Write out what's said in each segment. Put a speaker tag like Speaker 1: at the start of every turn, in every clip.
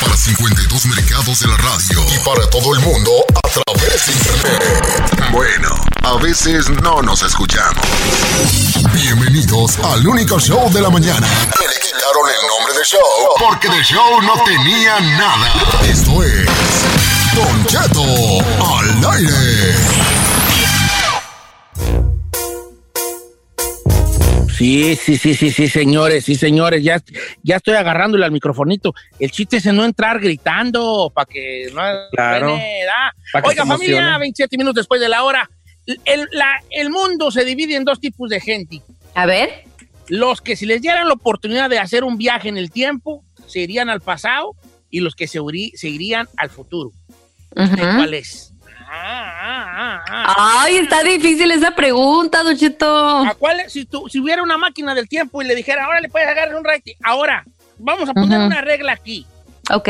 Speaker 1: Para 52 mercados de la radio y para todo el mundo a través de internet. Bueno, a veces no nos escuchamos. Bienvenidos al único show de la mañana. Me le quitaron el nombre de show porque de show no tenía nada. Esto es Don Cheto al aire.
Speaker 2: Sí, sí, sí, sí, sí, señores, sí, señores, ya, ya estoy agarrándole al microfonito. El chiste es en no entrar gritando para que no
Speaker 3: Claro.
Speaker 2: suene, ¿da?
Speaker 3: Pa' que
Speaker 2: Oiga,
Speaker 3: se
Speaker 2: familia,
Speaker 3: emocione.
Speaker 2: 27 minutos después de la hora, el, la- el mundo se divide en dos tipos de gente.
Speaker 4: A ver.
Speaker 2: Los que si les dieran la oportunidad de hacer un viaje en el tiempo, se irían al pasado y los que se, uri- se irían al futuro. ¿Usted ¿Cuál es? Ah, ah, ah, ah.
Speaker 5: Ay, está difícil esa pregunta, Duchito.
Speaker 2: ¿A cuál? Si, tú, si hubiera una máquina del tiempo y le dijera, ahora le puedes agarrar un rating, ahora, vamos a poner
Speaker 5: Ujú.
Speaker 2: una regla aquí.
Speaker 5: Ok.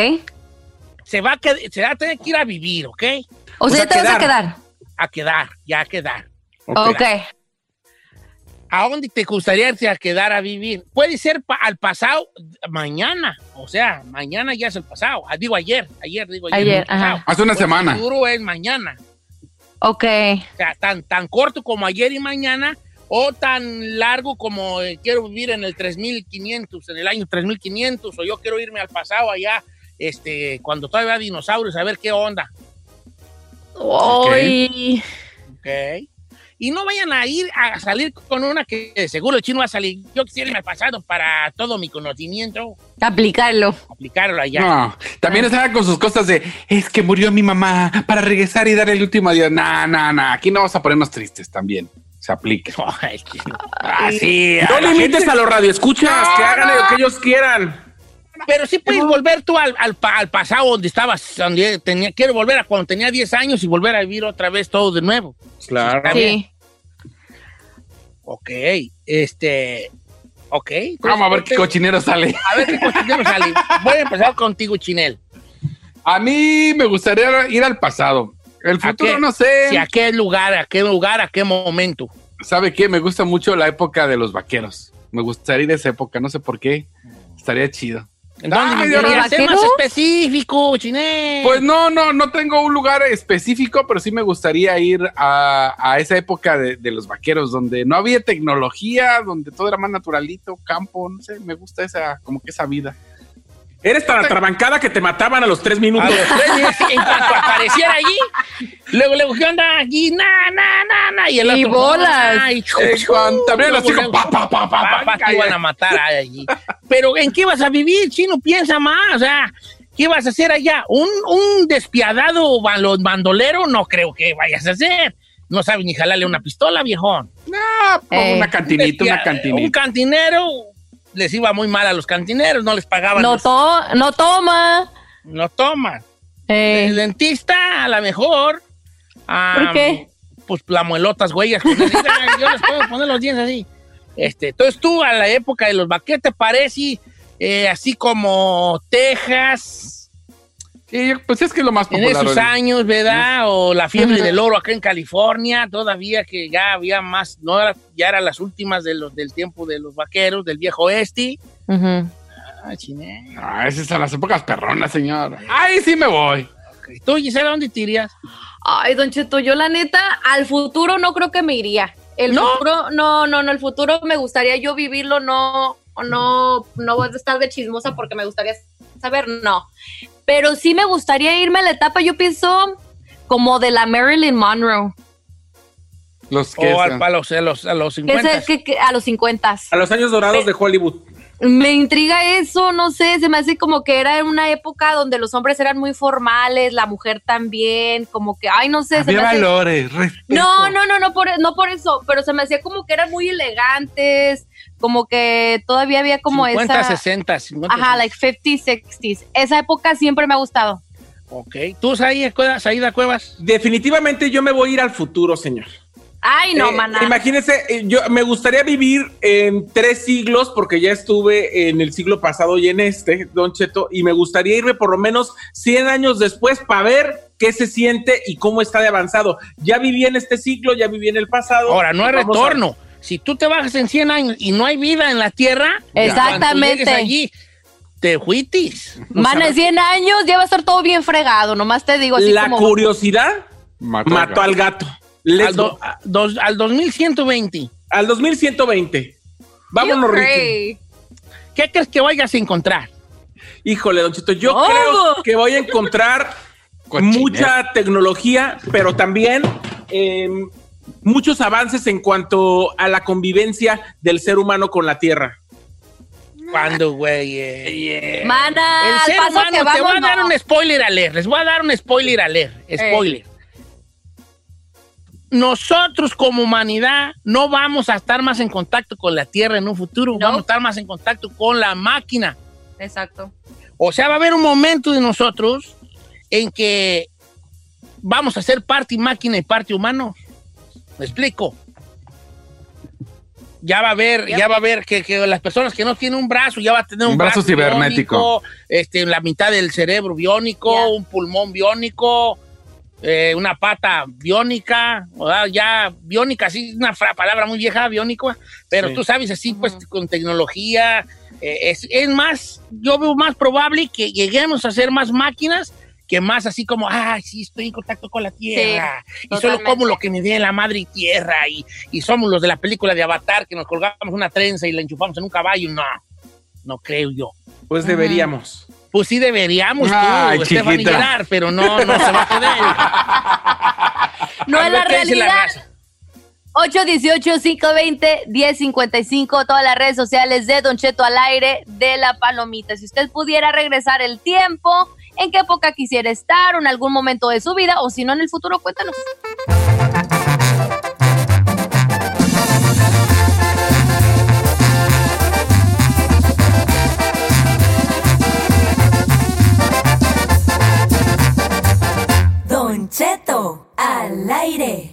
Speaker 2: se va a, qued- se va a tener que ir a vivir, ¿ok?
Speaker 5: O sea,
Speaker 3: sea,
Speaker 5: ya te vas Pues a quedar.
Speaker 2: A quedar, ya a quedar.
Speaker 5: Ok.
Speaker 2: ¿A dónde te gustaría irte a quedar a vivir? Puede ser pa- al pasado mañana, o sea, mañana ya es el pasado. Ah, Digo ayer, ayer, digo ayer.
Speaker 5: Ayer,
Speaker 2: el pasado.
Speaker 5: ajá.
Speaker 3: Hace una
Speaker 2: O el
Speaker 3: semana.
Speaker 2: Futuro es mañana.
Speaker 5: Ok.
Speaker 2: O sea, tan, tan corto como ayer y mañana, o tan largo como eh, quiero vivir en el 3500, en el año 3500, o yo quiero irme al pasado allá, este, cuando todavía había dinosaurios, a ver qué onda.
Speaker 5: Ay.
Speaker 2: Ok. Y no vayan a ir a salir con una que de seguro el chino va a salir. Yo quisiera irme al pasado para todo mi conocimiento,
Speaker 5: Aplicarlo.
Speaker 2: aplicarlo allá.
Speaker 3: No, también estaba con sus cosas de es que murió mi mamá para regresar y dar el último adiós. Nah, nah, nah. Aquí no vamos a ponernos tristes también. Se aplica. Ah,
Speaker 2: Ay, qué-
Speaker 3: Así.
Speaker 6: No limites a los radioescuchas, que hagan lo que ellos quieran.
Speaker 2: Pero sí puedes volver tú al, al pa- al pasado donde estabas, donde tenía, quiero volver a cuando tenía 10 años y volver a vivir otra vez todo de nuevo.
Speaker 6: Claro.
Speaker 5: Sí.
Speaker 2: Ok, este, ok.
Speaker 3: Vamos a ver qué cochinero sale.
Speaker 2: A ver qué cochinero sale. Voy a empezar contigo, Chinel.
Speaker 3: A mí me gustaría ir al pasado. El
Speaker 2: ¿A
Speaker 3: futuro
Speaker 2: qué?
Speaker 3: no sé.
Speaker 2: Sí, ¿A qué lugar, a qué lugar, a qué momento?
Speaker 3: ¿Sabe qué? Me gusta mucho la época de los vaqueros. Me gustaría ir a esa época, no sé por qué. Estaría chido.
Speaker 2: ¿En dónde
Speaker 3: Ay,
Speaker 2: vivirías? Sé más
Speaker 5: ¿vaquero?
Speaker 2: específico, Chinel.
Speaker 3: Pues no, no, no tengo un lugar específico, pero sí me gustaría ir a, a esa época de, de los vaqueros, donde no había tecnología, donde todo era más naturalito, campo, no sé, me gusta esa, como que esa vida.
Speaker 6: Eres tan atrabancada que te mataban a los tres
Speaker 2: A
Speaker 6: minutos.
Speaker 2: los tres días, en cuanto apareciera allí, luego, luego, ¿qué onda? Aquí, na, na, na, na. Y el
Speaker 5: Y
Speaker 2: otro,
Speaker 5: bolas.
Speaker 2: ay, chu,
Speaker 3: Eh,
Speaker 2: chu,
Speaker 3: cuando abrían los
Speaker 2: luego,
Speaker 3: chicos, pa, pa, pa, pa,
Speaker 2: pa, pa,
Speaker 3: pa,
Speaker 2: te iban a matar allí. Pero, ¿en qué vas a vivir, chino? Piensa más, o sea, ¿qué vas a hacer allá? ¿Un, un despiadado balo- bandolero? No creo que vayas a hacer. No sabes ni jalarle una pistola, viejón.
Speaker 3: Ah, pongo
Speaker 5: Eh,
Speaker 3: una cantinita, una
Speaker 2: Un
Speaker 3: cantinita.
Speaker 2: cantinero les iba muy mal a los cantineros, no les pagaban,
Speaker 5: No,
Speaker 2: los-
Speaker 5: to no toma.
Speaker 2: no toman. El
Speaker 5: Eh,
Speaker 2: dentista, a lo mejor. ah,
Speaker 5: ¿Por qué?
Speaker 2: Pues las muelotas, güeyes. Yo les puedo poner los dientes así. Este, entonces tú a la época de los vaqueros te parece eh, así como Texas,
Speaker 3: Sí, yo- pues es que es lo más
Speaker 2: En
Speaker 3: popular.
Speaker 2: esos
Speaker 3: ahorita.
Speaker 2: años, ¿verdad? O la fiebre
Speaker 5: Ajá.
Speaker 2: del oro acá en California, todavía que ya había más, no era, ya eran las últimas de los, del tiempo de los vaqueros, del viejo este.
Speaker 5: Ujú.
Speaker 2: Ah, chiné.
Speaker 3: Ah, esas son las épocas perronas, señor. Ahí sí me voy.
Speaker 2: ¿Tú, Gisela, dónde te irías?
Speaker 5: Ay, Don Cheto, yo la neta, al futuro no creo que me iría. El
Speaker 2: ¿No?
Speaker 5: futuro, no, no, no, el futuro me gustaría yo vivirlo, no, no, no voy a estar de chismosa porque me gustaría saber, no. Pero sí me gustaría irme a la etapa, yo pienso, como de la Marilyn Monroe,
Speaker 3: Los que
Speaker 2: O
Speaker 6: oh,
Speaker 2: al,
Speaker 3: están-
Speaker 2: a, los, a, los, a los
Speaker 5: que es
Speaker 2: 50.
Speaker 5: el que, que- a los 50.
Speaker 6: A los años dorados de Hollywood.
Speaker 5: Me intriga eso, no sé, se me hace como que era una época donde los hombres eran muy formales, la mujer también, como que, ay, no sé, se
Speaker 3: Había
Speaker 5: me hace-
Speaker 3: valores, respeto.
Speaker 5: No, no, no, no por, no por eso, pero se me hacía como que eran muy elegantes, como que todavía había como
Speaker 2: 50,
Speaker 5: esa...
Speaker 2: 60, 50.
Speaker 5: Ajá, like 50s, 60s. Esa época siempre me ha gustado.
Speaker 2: Ok. ¿Tú, Saída Cuevas? Saída Cuevas?
Speaker 6: Definitivamente yo me voy a ir al futuro, señor.
Speaker 5: Ay, no,
Speaker 6: Eh,
Speaker 5: maná.
Speaker 6: Imagínese, eh, yo me gustaría vivir en tres siglos, porque ya estuve en el siglo pasado y en este, Don Cheto, y me gustaría irme por lo menos 100 años después para ver qué se siente y cómo está de avanzado. Ya viví en este siglo, ya viví en el pasado.
Speaker 2: Ahora, no hay
Speaker 6: Vamos a-
Speaker 2: retorno. Si tú te bajas en 100 años y no hay vida en la Tierra, cuando
Speaker 5: Exactamente.
Speaker 2: llegues allí, te juitis.
Speaker 5: Maná, en 100 años ya va a estar todo bien fregado, nomás te digo así
Speaker 6: La
Speaker 5: como...
Speaker 6: curiosidad
Speaker 3: Mató,
Speaker 6: mató
Speaker 3: al
Speaker 6: al gato. Let's
Speaker 2: Al, do-
Speaker 6: go.
Speaker 2: a- dos- al 2120.
Speaker 6: Al 2120.
Speaker 5: You
Speaker 6: Vámonos, Ricky.
Speaker 5: cray.
Speaker 2: ¿Qué crees que vayas a encontrar?
Speaker 6: Híjole, Don Cheto, yo
Speaker 5: No.
Speaker 6: creo que voy a encontrar
Speaker 3: Cochinero.
Speaker 6: mucha tecnología, pero también eh, muchos avances en cuanto a la convivencia del ser humano con la Tierra.
Speaker 2: ¿Cuándo, güey? eh?
Speaker 5: Maná,
Speaker 2: El
Speaker 5: al
Speaker 2: ser
Speaker 5: paso
Speaker 2: humano,
Speaker 5: que
Speaker 2: te
Speaker 5: vamos,
Speaker 2: voy a dar
Speaker 5: no.
Speaker 2: un spoiler a leer. Les voy a dar un spoiler a leer. Spoiler. Nosotros como humanidad no vamos a estar más en contacto con la Tierra en un futuro. Vamos a estar más en contacto con la máquina.
Speaker 5: Exacto.
Speaker 2: O sea, va a haber un momento de nosotros en que vamos a ser parte máquina y parte humano. ¿Me explico? Ya va a haber, ya va a haber que, que las personas que no tienen un brazo ya va a tener un,
Speaker 3: Un brazo cibernético.
Speaker 2: biónico, este, la mitad del cerebro biónico,
Speaker 5: Ya.
Speaker 2: un pulmón biónico, eh, una pata biónica, ¿verdad? ya biónica, sí, es una fra- palabra muy vieja, biónico, pero
Speaker 6: Sí.
Speaker 2: tú sabes, así pues
Speaker 5: Ujú.
Speaker 2: con tecnología, eh, es, es más, yo veo más probable que lleguemos a ser más máquinas que más así como, ah, sí, estoy en contacto con la tierra, y solo
Speaker 5: totalmente.
Speaker 2: como lo que me dé la madre tierra, y, y somos los de la película de Avatar, que nos colgamos una trenza y la enchufamos en un caballo, no, no creo yo.
Speaker 6: Pues deberíamos.
Speaker 2: Pues sí deberíamos,
Speaker 3: Ay,
Speaker 2: tú, Stephanie
Speaker 3: chiquita.
Speaker 2: Gerard, pero no, no se va a poder.
Speaker 5: No es la
Speaker 2: lo que dice la
Speaker 5: realidad.
Speaker 2: raza.
Speaker 5: 818-520-1055, todas las redes sociales de Don Cheto al aire de la palomita. Si usted pudiera regresar el tiempo, en qué época quisiera estar, o en algún momento de su vida, o si no en el futuro, cuéntanos.
Speaker 7: Don Cheto, al aire.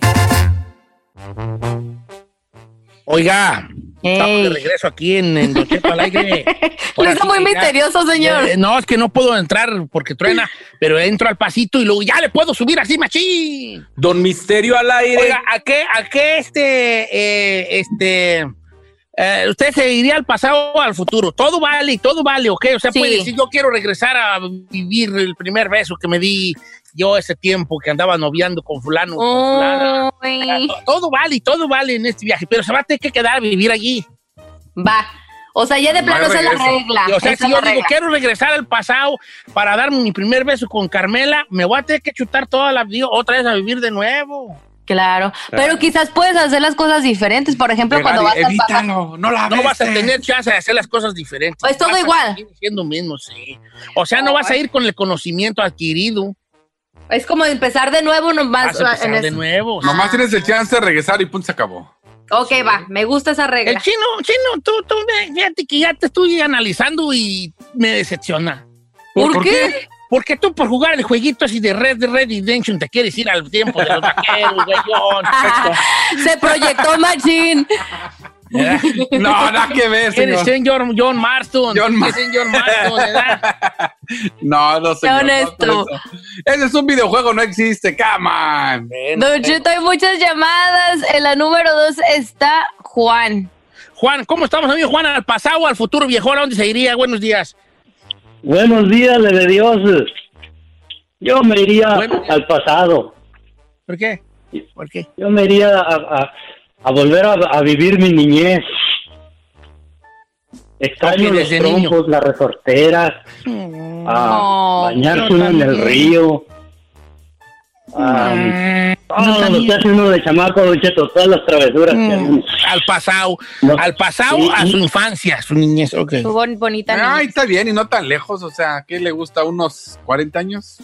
Speaker 2: Oiga, estamos de
Speaker 5: Ey.
Speaker 2: regreso aquí en, en Don Cheto al aire.
Speaker 5: Lo
Speaker 2: Ahora
Speaker 5: está
Speaker 2: sí
Speaker 5: muy
Speaker 2: que ya-
Speaker 5: misterioso, señor.
Speaker 2: Eh, no, es que no puedo entrar porque truena, pero entro al pasito y luego ya le puedo subir así, machín.
Speaker 6: Don Misterio al aire.
Speaker 2: Oiga, ¿a qué, a qué este, eh, este, eh, usted se iría al pasado o al futuro? Todo vale, todo vale, ¿ok? O sea,
Speaker 5: Sí.
Speaker 2: puede decir, yo quiero regresar a vivir el primer beso que me di yo ese tiempo que andaba noviando con fulano. con
Speaker 5: Oh.
Speaker 2: fulana.
Speaker 5: Uy.
Speaker 2: Todo vale, todo vale en este viaje, pero se va a tener que quedar a vivir allí.
Speaker 5: Va. O sea, ya de
Speaker 3: No
Speaker 5: plano
Speaker 3: hay
Speaker 5: esa es la
Speaker 3: regreso.
Speaker 5: regla.
Speaker 2: o sea,
Speaker 5: Esa
Speaker 2: si
Speaker 5: es la
Speaker 2: yo digo,
Speaker 5: regla.
Speaker 2: quiero regresar al pasado para darme mi primer beso con Carmela, me voy a tener que chutar toda la vida otra vez a vivir de nuevo.
Speaker 5: Claro. Pero quizás puedes hacer las cosas diferentes. Por ejemplo, cuando vas
Speaker 3: Ferrari,
Speaker 5: al pasado.
Speaker 3: evítalo, no la
Speaker 2: No vas a
Speaker 3: beses.
Speaker 2: tener chance de hacer las cosas diferentes.
Speaker 5: Pues todo
Speaker 2: Vas a
Speaker 5: igual. pues.
Speaker 2: seguir Siendo mismo, sí. O sea, no vas a ir con el conocimiento adquirido.
Speaker 5: Es como empezar de nuevo nomás.
Speaker 2: Vas a empezar
Speaker 5: en Ah,
Speaker 2: de
Speaker 5: ese-
Speaker 2: nuevo.
Speaker 3: Nomás tienes el chance de regresar y punto, se acabó.
Speaker 5: Ok, va. Me gusta esa
Speaker 2: El
Speaker 5: regla.
Speaker 2: chino, chino, tú, tú, ve, fíjate que ya te estoy analizando y me decepciona.
Speaker 5: ¿Por,
Speaker 3: ¿por
Speaker 5: qué?
Speaker 2: Porque tú por jugar el jueguito así de Red Dead Redemption te quieres ir al tiempo de los vaqueros, güey. yo, no, esto.
Speaker 5: Se proyectó Machín.
Speaker 2: ¿verdad?
Speaker 3: No, nada que ver,
Speaker 2: Eres
Speaker 3: señor.
Speaker 2: John, John Marston.
Speaker 3: John Mar-
Speaker 2: Eres John Marston, ¿verdad?
Speaker 3: No, no, señor. no,
Speaker 5: honesto.
Speaker 3: no, no. Ese es un videojuego, no existe. Come on.
Speaker 5: Don Cheto, hay muchas llamadas. En la número dos está Juan.
Speaker 2: Juan, ¿cómo estamos, amigo? Juan, al pasado, al futuro, viejo, ¿a dónde se iría? Buenos días.
Speaker 8: Buenos días, de Dios. Yo me iría al pasado.
Speaker 2: ¿Por qué? ¿Por qué?
Speaker 8: Yo me iría a, a- a volver a, a vivir mi niñez. Extraño
Speaker 2: Ok,
Speaker 8: los
Speaker 2: desde niño.
Speaker 8: trompos, las resorteras, a
Speaker 5: No,
Speaker 8: bañarse
Speaker 2: yo
Speaker 8: uno en el
Speaker 2: también.
Speaker 8: río. a-
Speaker 5: Mm.
Speaker 8: todo lo que hace uno de chamaco, Don Cheto, todas las travesuras
Speaker 2: Mm.
Speaker 8: que hacemos.
Speaker 2: Al pasado.
Speaker 8: No.
Speaker 2: Al pasado,
Speaker 8: Sí.
Speaker 2: a su infancia, a su niñez. Ok.
Speaker 5: tu bon- Mm. bonita
Speaker 3: Ay,
Speaker 5: niña.
Speaker 3: está bien, y no tan lejos. O sea, ¿qué le gusta? ¿Unos 40 años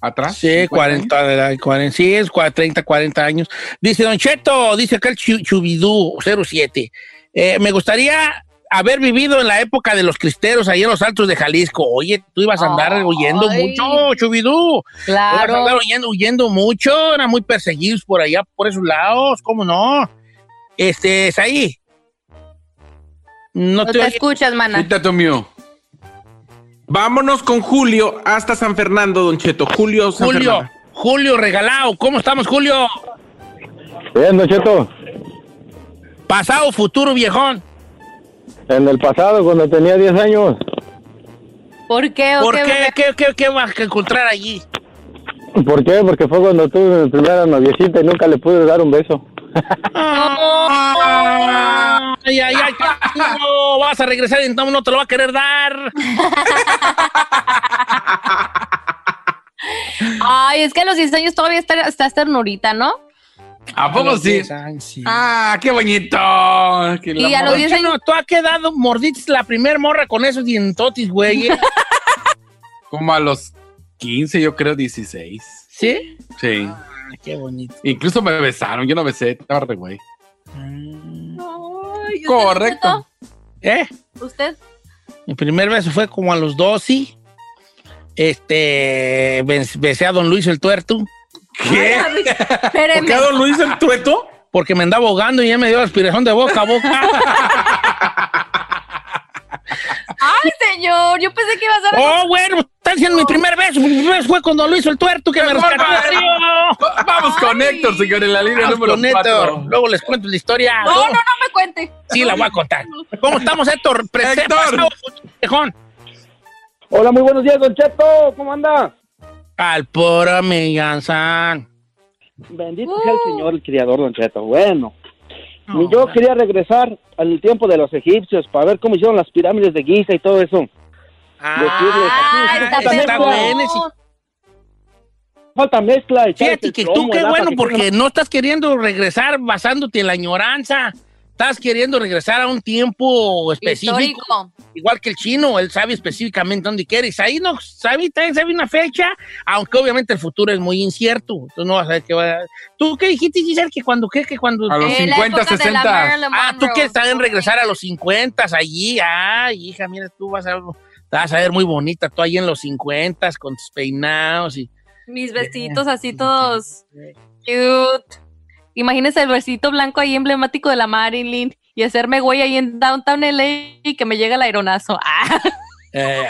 Speaker 3: atrás?
Speaker 2: Sí,
Speaker 3: 50 años.
Speaker 2: 40, de la- 40, sí, es cua- 30, 40 años. Dice Don Cheto, dice aquel Chu- Chubidú 07. eh, me gustaría haber vivido en la época de los cristeros ahí en los altos de Jalisco. Oye, tú ibas a andar
Speaker 5: Ay.
Speaker 2: huyendo mucho, Chubidú. Tú ibas a andar
Speaker 5: Claro.
Speaker 2: huyendo, huyendo mucho, eran muy perseguidos por allá, por esos lados, ¿cómo no? Este, es ahí. No
Speaker 5: No
Speaker 2: te
Speaker 5: te
Speaker 2: oye.
Speaker 5: escuchas, mana.
Speaker 3: Quita tu mío.
Speaker 6: Vámonos con Julio hasta San Fernando, Don Cheto. Julio, San
Speaker 2: Julio,
Speaker 6: Fernando.
Speaker 2: Julio Regalado, ¿cómo estamos, Julio?
Speaker 8: Bien, Don Cheto,
Speaker 2: Pasado, futuro, viejón.
Speaker 8: en el pasado, cuando tenía 10 años,
Speaker 5: ¿Por qué? ¿O
Speaker 2: ¿Por
Speaker 5: qué,
Speaker 2: qué?
Speaker 5: bebé?
Speaker 2: ¿Qué, qué, qué vas a encontrar allí?
Speaker 8: ¿por qué? Porque fue cuando tuve mi primera noviecita y nunca le pude dar un beso.
Speaker 2: Ay, ay, ay, qué chulo. Vas a regresar y entonces no te lo va a querer dar.
Speaker 5: Ay, es que a los 10 años todavía está- estás ternurita, ¿no?
Speaker 3: ¿A poco sí? Ah, qué bonito. Que la
Speaker 5: Y a
Speaker 3: mo-
Speaker 5: los 10 años.
Speaker 2: No, tú has quedado morditis la primer morra con esos dientotis, güey.
Speaker 3: Como a los 15, yo creo 16.
Speaker 2: ¿Sí?
Speaker 3: Sí.
Speaker 5: Ah.
Speaker 2: Ay, Ah, qué bonito.
Speaker 3: Incluso me besaron, yo no besé, tarde, güey.
Speaker 5: Ay, ¿usted,
Speaker 3: Correcto.
Speaker 2: ¿Eh?
Speaker 5: Cheto? ¿Usted?
Speaker 2: Mi primer beso fue como a los 12. Este, bes- besé a don Luis el tuerto
Speaker 6: ¿Qué? ¿Por
Speaker 5: Espéreme.
Speaker 6: qué a don Luis el tueto?
Speaker 2: porque me andaba ahogando y ya me dio aspiración de boca a boca.
Speaker 5: Ay, señor, yo pensé que iba a ser.
Speaker 2: oh, bueno, está diciendo mi primer beso. Mi primer beso fue con don Luis el tuerto que me
Speaker 3: Mejor
Speaker 2: rescató.
Speaker 3: para-
Speaker 2: ¡Adiós!
Speaker 3: Va- Vamos con
Speaker 5: Ay.
Speaker 3: Héctor, señor, en la línea
Speaker 2: Vamos
Speaker 3: número
Speaker 2: con Héctor.
Speaker 3: 4.
Speaker 2: Luego les cuento la historia.
Speaker 5: No, no, no me cuente.
Speaker 2: Sí, la voy a contar. ¿Cómo estamos, Héctor? Presente,
Speaker 3: Héctor.
Speaker 2: pasado, viejón.
Speaker 8: Hola, muy buenos días, Don Cheto, ¿cómo anda?
Speaker 2: Al puro Meganzán.
Speaker 8: Bendito
Speaker 5: Uh.
Speaker 8: sea el Señor, el criador, Don Cheto. Bueno,
Speaker 2: No,
Speaker 8: yo quería regresar al tiempo de los egipcios para ver cómo hicieron las pirámides de Giza y todo eso.
Speaker 5: Ah,
Speaker 8: Decirles,
Speaker 5: está,
Speaker 8: aquí,
Speaker 2: está
Speaker 5: perro.
Speaker 2: bueno, sí.
Speaker 8: Falta mezcla. y
Speaker 2: Fíjate
Speaker 8: tal,
Speaker 2: que
Speaker 8: el
Speaker 2: tú
Speaker 8: plomo,
Speaker 2: qué
Speaker 8: ¿verdad?
Speaker 2: bueno,
Speaker 8: Para que
Speaker 2: porque no estás queriendo regresar basándote en la añoranza. Estás queriendo regresar a un tiempo específico,
Speaker 5: Histórico.
Speaker 2: igual que el chino, él sabe específicamente dónde quieres. Ahí no sabe, también sabe una fecha, aunque obviamente el futuro es muy incierto. Tú no vas a saber qué va a... ¿Tú qué dijiste, Giselle, que cuando qué, que cuando...
Speaker 3: A los
Speaker 5: Eh, la
Speaker 3: 50,
Speaker 5: época de la
Speaker 3: 60.
Speaker 5: Marilyn
Speaker 2: Ah, tú
Speaker 5: Monroe.
Speaker 2: quieres también regresar a los 50 allí. Ay, hija, mira, tú vas a, te vas a ver muy bonita, tú ahí en los 50 con tus peinados y. Eh,
Speaker 5: Mis vestiditos así todos cute. Imagínese el versito blanco ahí emblemático de la Marilyn y hacerme güey ahí en Downtown LA y que me llega el aeronazo. Ah,
Speaker 2: Eh,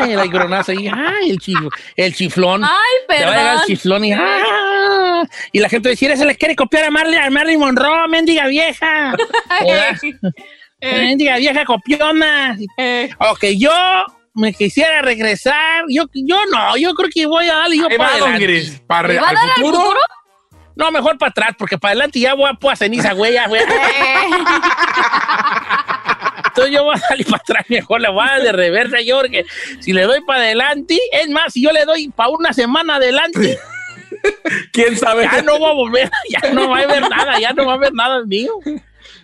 Speaker 2: ay, el agronazo, y ay, el, chif- el chiflón.
Speaker 5: Ay,
Speaker 2: Te va a llegar el
Speaker 5: Ah, perdón.
Speaker 2: chiflón y ¡ah! Y la gente va a decir, se le quiere copiar a Marley, a Marilyn Monroe, mendiga vieja. ¿Verdad?
Speaker 5: Eh,
Speaker 2: mendiga vieja copiona.
Speaker 5: eh.
Speaker 2: Ok, yo me quisiera regresar. Yo, yo no, yo creo que voy a darle yo
Speaker 3: Ahí
Speaker 2: para
Speaker 3: va Don
Speaker 2: adelante.
Speaker 3: Gris. Para
Speaker 5: ¿Me va a
Speaker 3: al
Speaker 5: dar al
Speaker 3: futuro.
Speaker 5: futuro?
Speaker 2: No, mejor para atrás, porque para adelante ya voy a, pues, a ceniza, güey, ya, güey.
Speaker 5: Eh,
Speaker 2: Entonces yo voy a salir para atrás, mejor la voy a dar de reversa, yo, porque si le doy para adelante, es más, si yo le doy para una semana adelante,
Speaker 6: ¿Quién sabe?
Speaker 2: ya no va a volver, ya no va a haber nada, ya no va a haber nada mío.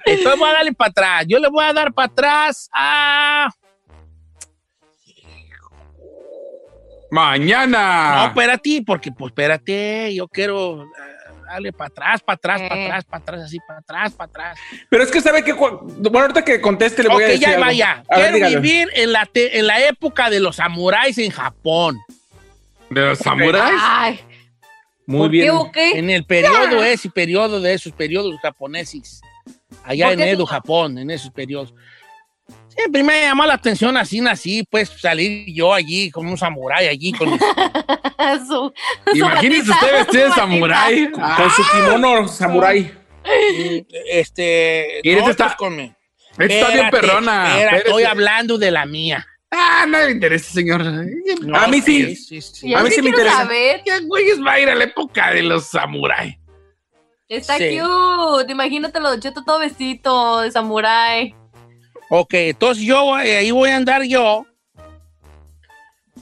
Speaker 2: Entonces voy a darle para atrás, yo le voy a dar para atrás a... No,
Speaker 6: Ah.
Speaker 3: Mañana.
Speaker 2: espérate, porque pues espérate, yo quiero ah, darle para atrás, para atrás, para
Speaker 5: Eh.
Speaker 2: atrás, para atrás, así, para atrás, para atrás.
Speaker 6: Pero es que sabe que. cu- Bueno, ahorita que conteste le voy a
Speaker 2: ok,
Speaker 6: decir.
Speaker 2: ya
Speaker 6: algo.
Speaker 2: vaya.
Speaker 6: A ver,
Speaker 2: Quiero
Speaker 6: dígalo.
Speaker 2: vivir en la, te- en la época de los samuráis en Japón.
Speaker 3: ¿De los samuráis?
Speaker 5: Ay,
Speaker 6: Muy
Speaker 5: ¿por
Speaker 6: bien.
Speaker 5: qué o qué?
Speaker 2: En el periodo ese, periodo de esos periodos japoneses. allá
Speaker 5: ¿Por
Speaker 2: en
Speaker 5: qué
Speaker 2: Edo,
Speaker 5: tú-
Speaker 2: Japón, en esos periodos. Siempre me llamó la atención así, así, pues salir yo allí como un samurái allí con mis-
Speaker 5: Su- su
Speaker 3: Imagínense usted
Speaker 5: batita, su
Speaker 3: vestido de
Speaker 5: batita.
Speaker 3: samurái.
Speaker 2: Ah.
Speaker 6: Con su kimono samurái.
Speaker 2: este,
Speaker 3: Y este
Speaker 2: no,
Speaker 3: está-
Speaker 2: pues, con mi-
Speaker 3: Esta está bien
Speaker 2: Espérate,
Speaker 3: perrona.
Speaker 2: espera, estoy
Speaker 3: Espérese.
Speaker 2: hablando de la mía.
Speaker 3: Ah, no le interesa, señor.
Speaker 2: No,
Speaker 6: A mí sí.
Speaker 5: Y
Speaker 6: A
Speaker 5: yo
Speaker 6: mí sí me
Speaker 5: quiero
Speaker 6: interesa.
Speaker 5: saber.
Speaker 3: ¿Qué güeyes va a ir a la época de los samuráis?
Speaker 5: Está
Speaker 2: Sí.
Speaker 5: cute. Imagínatelo, Don Cheto todo vestido de samurái.
Speaker 2: Ok, entonces yo eh, ahí voy a andar yo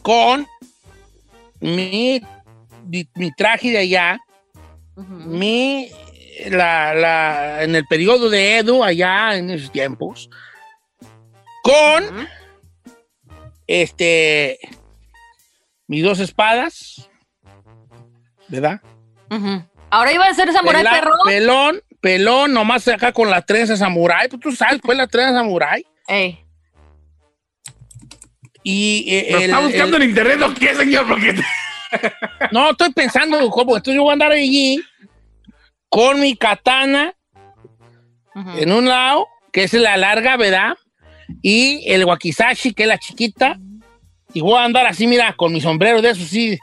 Speaker 2: con mi, mi, mi traje de allá,
Speaker 5: Ujú.
Speaker 2: mi, la, la- en el periodo de Edo, allá en esos tiempos, con este, mis dos espadas, ¿verdad?
Speaker 5: Ujú. Ahora iba a ser samurái
Speaker 2: Pela-
Speaker 5: perro.
Speaker 2: Pelón, pelón, nomás acá con la trenza samurái, pues tú sabes, pues la trenza samurái.
Speaker 5: Ey.
Speaker 2: Y eh,
Speaker 3: ¿Lo
Speaker 2: el-
Speaker 3: está buscando
Speaker 2: el-
Speaker 3: en internet o qué, señor? Porque
Speaker 2: No, estoy pensando cómo. Entonces yo voy a andar allí con mi katana
Speaker 5: Ujú.
Speaker 3: Ah.
Speaker 2: en un lado, que es la larga, ¿verdad? Y el wakizashi, que es la chiquita. Y voy a andar así, mira, con mi sombrero de esos, sí,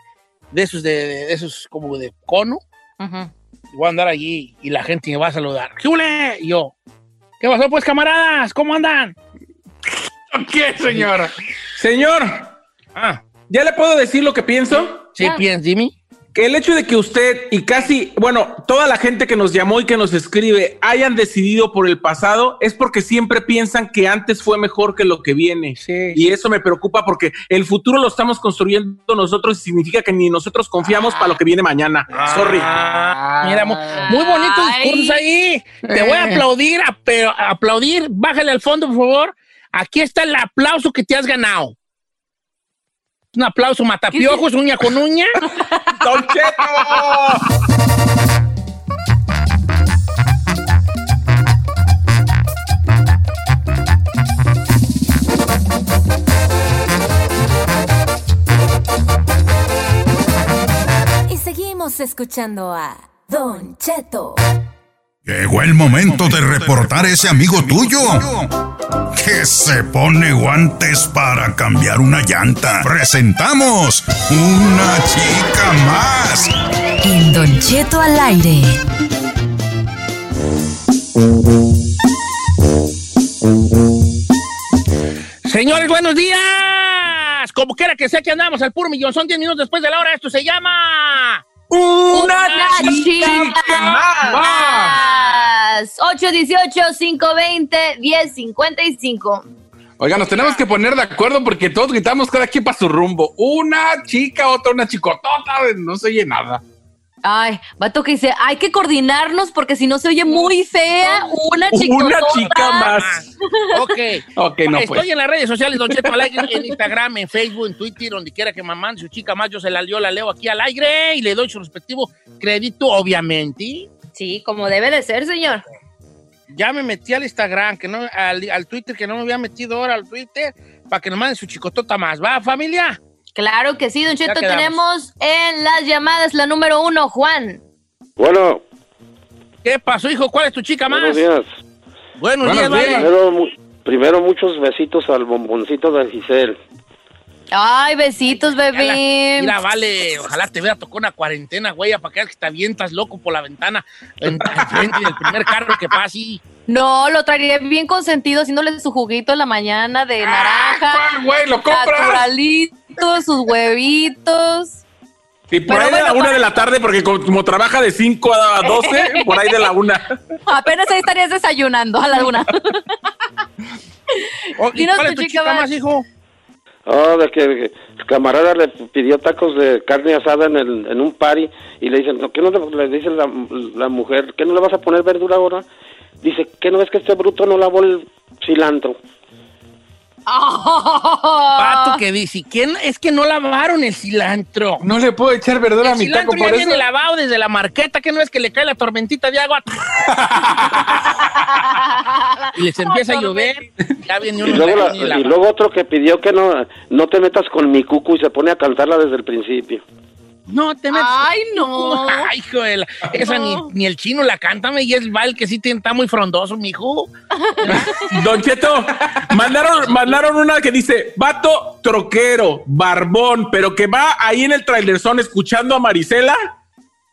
Speaker 2: de esos, de, de- de esos como de cono.
Speaker 5: Ujú.
Speaker 2: Y voy a andar allí y la gente me va a saludar. ¿Qué hule? Y yo, ¿qué pasó pues, camaradas? ¿Cómo andan?
Speaker 3: ¿o qué, señor?
Speaker 6: Señor,
Speaker 2: Ah,
Speaker 6: ¿ya le puedo decir lo que pienso?
Speaker 2: sí,
Speaker 5: Ya.
Speaker 2: piensa, Jimmy.
Speaker 6: Que el hecho de que usted y casi, bueno, toda la gente que nos llamó y que nos escribe hayan decidido por el pasado es porque siempre piensan que antes fue mejor que lo que viene.
Speaker 2: Sí.
Speaker 6: Y eso me preocupa porque el futuro lo estamos construyendo nosotros y significa que ni nosotros confiamos para lo que viene mañana. Sorry.
Speaker 2: Ah, mira, mu- muy bonito discurso ahí. Te voy a aplaudir, a- pero a aplaudir. Bájale al fondo, por favor. Aquí está el aplauso que te has ganado. Un aplauso, matapiojos, uña con uña.
Speaker 6: ¡Don Cheto!
Speaker 7: Y seguimos escuchando a Don Cheto.
Speaker 1: Llegó el momento de reportar ese amigo tuyo que se pone guantes para cambiar una llanta. Presentamos una chica más.
Speaker 7: En Don Cheto al aire.
Speaker 2: Señores, buenos días. Como quiera que sea que andamos al puro millón, son 10 minutos después de la hora. Esto se llama.
Speaker 6: Una
Speaker 5: más. 818-520-1055.
Speaker 3: Oiga, nos tenemos que poner de acuerdo porque todos gritamos cada quien para su rumbo. Una chica, otra, una chicotota, no se oye nada.
Speaker 5: Ay, vato que dice, hay que coordinarnos porque si no se oye muy fea una chica.
Speaker 6: Una chica más.
Speaker 2: Ok.
Speaker 3: Ok, no,
Speaker 2: Estoy
Speaker 3: pues.
Speaker 2: en las redes sociales, Don Cheto, al aire, en Instagram, en Facebook, en Twitter, donde quiera que me mande su chica más, yo se la, yo la leo aquí al aire y le doy su respectivo crédito, obviamente.
Speaker 5: Sí, como debe de ser, señor.
Speaker 2: Ya me metí al Instagram, que no, al, al Twitter, que no me había metido ahora al Twitter, para que nos manden su chicotota más. ¿Va, familia?
Speaker 5: Claro que sí, Don Cheto.
Speaker 2: quedamos.
Speaker 5: Tenemos en las llamadas la número uno, Juan.
Speaker 8: Bueno,
Speaker 2: ¿Qué pasó, hijo? ¿Cuál es tu chica más?
Speaker 8: buenos días.
Speaker 2: Buenos
Speaker 3: Buenos
Speaker 2: días, vale.
Speaker 3: días.
Speaker 8: Primero, mu- primero muchos besitos al bomboncito de Giselle.
Speaker 5: Ay, besitos,
Speaker 2: Ojalá-
Speaker 5: bebé.
Speaker 2: Mira, vale, ojalá te hubiera tocado una cuarentena, güey, para que te avientas loco por la ventana en, enfrente del primer carro que pase.
Speaker 5: No, lo traería bien consentido haciéndole su juguito en la mañana de naranja.
Speaker 3: Ah, ¿cuál, güey? ¿Lo compras?
Speaker 5: Naturalito, sus huevitos.
Speaker 6: Y por ahí
Speaker 5: Pero
Speaker 6: de la una
Speaker 5: bueno, para-
Speaker 6: de la tarde, porque como trabaja de 5 a 12, por ahí de la una.
Speaker 5: Apenas ahí estarías desayunando a la una.
Speaker 2: Oh, ¿Y
Speaker 5: Dinos
Speaker 2: cuál es
Speaker 5: tu
Speaker 2: tu
Speaker 5: chica
Speaker 2: chica
Speaker 5: más.
Speaker 2: más, hijo?
Speaker 8: Oh, de que que el camarada le pidió tacos de carne asada en, el, en un party y le dicen, "No, ¿qué no le, le dice la, la mujer? ¿Qué no le vas a poner verdura ahora? Dice, ¿qué no ves que este bruto no lavó el cilantro?
Speaker 5: Ah.
Speaker 2: Pato que dice, ¿quién es que no lavaron el cilantro?
Speaker 3: No le puedo echar verdura a
Speaker 2: El
Speaker 3: mi taco
Speaker 2: cilantro ya
Speaker 3: por eso.
Speaker 2: viene lavado desde la marqueta, que no es que le cae la tormentita de agua y les empieza a llover. Ya viene
Speaker 8: Y
Speaker 2: uno
Speaker 8: luego, la-
Speaker 2: y la-
Speaker 8: y luego otro que pidió que no, no te metas con mi cucu y se pone a cantarla desde el principio.
Speaker 2: No te metas.
Speaker 5: Ay, no.
Speaker 2: Ay, hijo de la- Esa
Speaker 5: No.
Speaker 2: ni, ni el chino la cántame y es Val que sí te- está muy frondoso, mijo.
Speaker 6: Don Cheto, mandaron, mandaron una que dice, vato troquero, barbón, pero que va ahí en el trailer son escuchando a Marisela,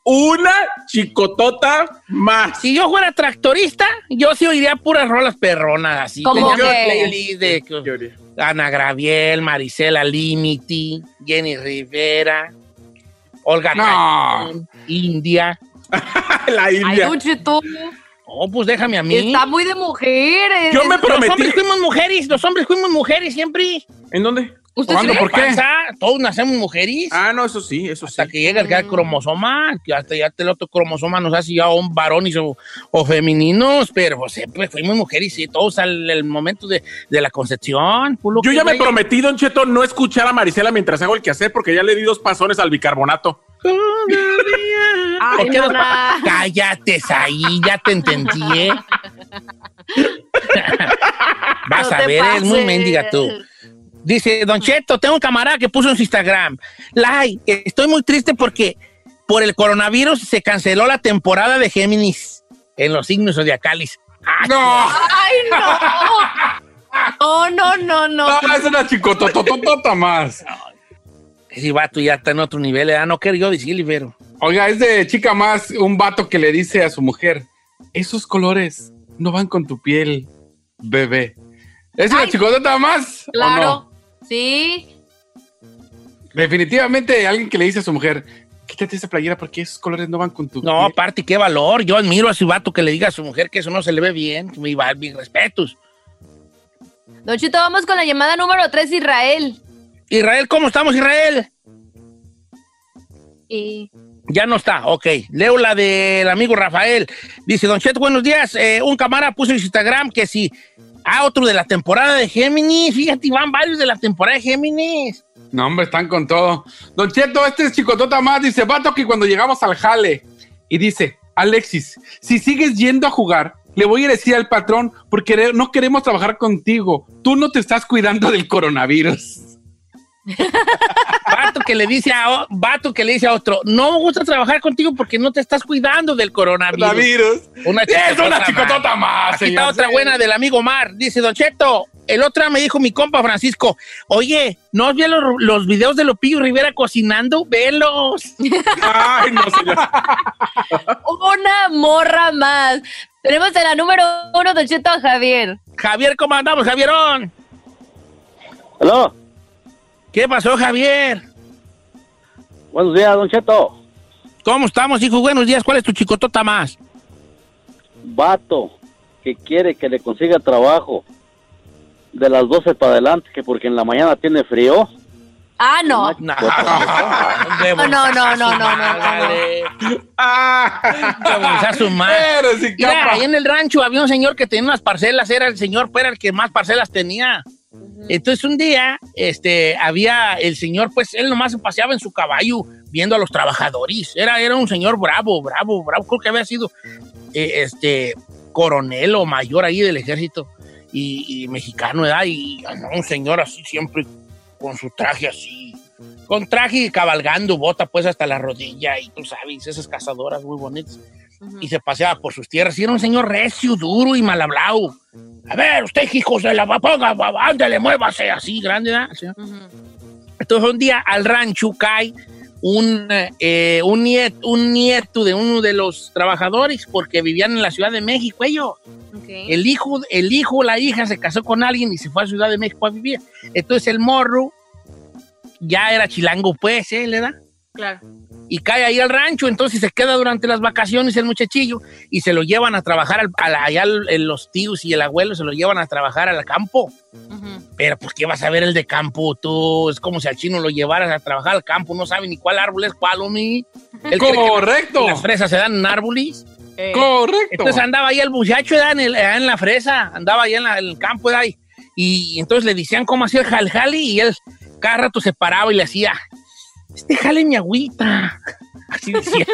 Speaker 6: una chicotota más.
Speaker 2: Si yo fuera tractorista, yo sí oiría puras rolas perronas así.
Speaker 5: ¿Cómo
Speaker 2: Tenía
Speaker 5: qué?
Speaker 2: una playlist
Speaker 5: Este,
Speaker 2: de Ana Graviel, Marisela Limiti, Jenny Rivera, Olga
Speaker 3: No.
Speaker 2: Tañón, India.
Speaker 6: Ah, La
Speaker 5: Ay,
Speaker 6: India.
Speaker 5: Don Cheto,
Speaker 2: Oh, pues déjame a mí.
Speaker 5: Está muy de mujeres.
Speaker 6: Yo me
Speaker 2: Los
Speaker 6: prometí.
Speaker 2: hombres fuimos mujeres, los hombres fuimos mujeres siempre.
Speaker 6: ¿En dónde?
Speaker 5: ¿Usted
Speaker 3: ¿Cuándo?
Speaker 5: cree?
Speaker 3: ¿Por qué?
Speaker 2: Pasa, todos nacemos mujeres.
Speaker 6: Ah, no, eso sí, eso sí.
Speaker 2: Hasta que llega el gran cromosoma, que hasta ya el otro cromosoma nos hace ya un varones o, o femeninos, pero pues, siempre fuimos mujeres y todos al el momento de, de la concepción. culo,
Speaker 6: Yo
Speaker 2: que
Speaker 6: ya me
Speaker 2: vaya.
Speaker 6: prometí, Don Cheto, no escuchar a Marisela mientras hago el quehacer porque ya le di dos pasones al bicarbonato.
Speaker 5: Ay,
Speaker 2: ¿Por qué no?
Speaker 5: nana.
Speaker 2: Cállate, ahí, ya te entendí, ¿eh? Vas
Speaker 5: No
Speaker 2: a
Speaker 5: te
Speaker 2: ver, es muy
Speaker 5: pases.
Speaker 2: mendiga tú. Dice, Don Cheto, tengo un camarada que puso en su Instagram. Like, estoy muy triste porque por el coronavirus se canceló la temporada de Géminis en los signos zodiacales.
Speaker 5: Ah,
Speaker 2: ¡Ay,
Speaker 3: No.
Speaker 5: Ay, no. No, no, no, no.
Speaker 6: Ah,
Speaker 3: No, es una chicotototota más.
Speaker 2: Ese vato ya está en otro nivel, ¿eh? no quiero yo decirle, pero.
Speaker 3: Oiga, es de chica más un vato que le dice a su mujer, esos colores no van con tu piel, bebé. ¿Es una
Speaker 5: Ay.
Speaker 3: chicotota más? o
Speaker 5: Claro. Sí.
Speaker 3: no? Definitivamente alguien que le dice a su mujer, quítate esa playera porque esos colores no van con tu
Speaker 2: No,
Speaker 3: piel.
Speaker 2: aparte, qué valor. Yo admiro a su vato que le diga a su mujer que eso no se le ve bien. Mi, va- mis respetos.
Speaker 5: Don Cheto, vamos con la llamada número 3, Israel.
Speaker 2: Israel, ¿cómo estamos, Israel?
Speaker 5: Y
Speaker 2: Ya no está, ok. Leo la del amigo Rafael. Dice, Don Chet, buenos días. Eh, un cámara puso en su Instagram que sí. Ah, otro de la temporada de Géminis. Fíjate, van varios de la temporada de Géminis.
Speaker 3: No, hombre, están con todo. Don Cheto, este es Chicotota más. Dice, vato que cuando llegamos al jale. Y dice, Alexis, si sigues yendo a jugar, le voy a decir al patrón, porque re- no queremos trabajar contigo. Tú no te estás cuidando del coronavirus.
Speaker 2: Vato que le dice a o- vato que le dice a otro, no me gusta trabajar contigo porque no te estás cuidando del coronavirus. Una
Speaker 3: Es una
Speaker 2: más.
Speaker 3: chicotota más.
Speaker 2: Aquí
Speaker 3: señor.
Speaker 2: está otra buena del amigo Mar. Dice, Don Cheto, el otro me dijo mi compa Francisco, oye, ¿no has visto los, los videos de Lopillo Rivera cocinando? Velos.
Speaker 6: Ay, no, señor.
Speaker 5: una morra más. Tenemos en la número 1, Don Cheto, a Javier.
Speaker 2: Javier, ¿cómo andamos, Javierón?
Speaker 8: Aló,
Speaker 2: ¿Qué pasó, Javier?
Speaker 8: buenos días, Don Cheto.
Speaker 2: ¿Cómo estamos, hijo? Buenos días. ¿Cuál es tu chicotota más?
Speaker 8: vato que quiere que le consiga trabajo de las 12 para adelante, que porque en la mañana tiene frío. Pues,
Speaker 5: Ah, no.
Speaker 2: No,
Speaker 5: No, no, no, no, no, no,
Speaker 2: a su madre.
Speaker 3: Pero sí,
Speaker 2: Mira,
Speaker 3: capa.
Speaker 2: ahí en el rancho había un señor que tenía unas parcelas, era el señor, pero el que más parcelas tenía. Entonces un día, este, había el señor, pues él nomás se paseaba en su caballo viendo a los trabajadores. Era, era un señor bravo, bravo, bravo. Creo que había sido eh, este coronel o mayor ahí del ejército y, y mexicano, ¿verdad? Y ah, un señor así siempre con su traje así. Con traje y cabalgando, bota pues hasta la rodilla y tú sabes, esas cazadoras muy bonitas y se paseaba por sus tierras. Y era un señor recio, duro y mal hablado. A ver, usted, hijo, se la va- ponga, va- ándale, muévase, así, grande, ¿verdad? Sí. Entonces, un día al rancho cae un, eh, un, niet- un nieto de uno de los trabajadores, porque vivían en la Ciudad de México ellos. El hijo, el hijo, la hija se casó con alguien y se fue a Ciudad de México a vivir. Entonces, el morro ya era chilango, pues, ¿eh? ¿Le da?
Speaker 5: Claro.
Speaker 2: y cae ahí al rancho, entonces se queda durante las vacaciones el muchachillo y se lo llevan a trabajar al, a la- allá al- en los tíos y el abuelo se lo llevan a trabajar al campo. Pero pues qué vas a ver el de campo tú, es como si al chino lo llevaras a trabajar al campo, no sabe ni cuál árbol es cuál, homie. Él cree que
Speaker 3: Correcto.
Speaker 2: las fresas se dan en árboles.
Speaker 3: Eh, Correcto.
Speaker 2: Entonces andaba ahí el muchacho ¿verdad? en, el- allá en la fresa, andaba ahí en, la- en el campo de ahí. Y entonces le decían cómo hacía el jal jali y él cada rato se paraba y le hacía, este jale mi agüita. Así decía.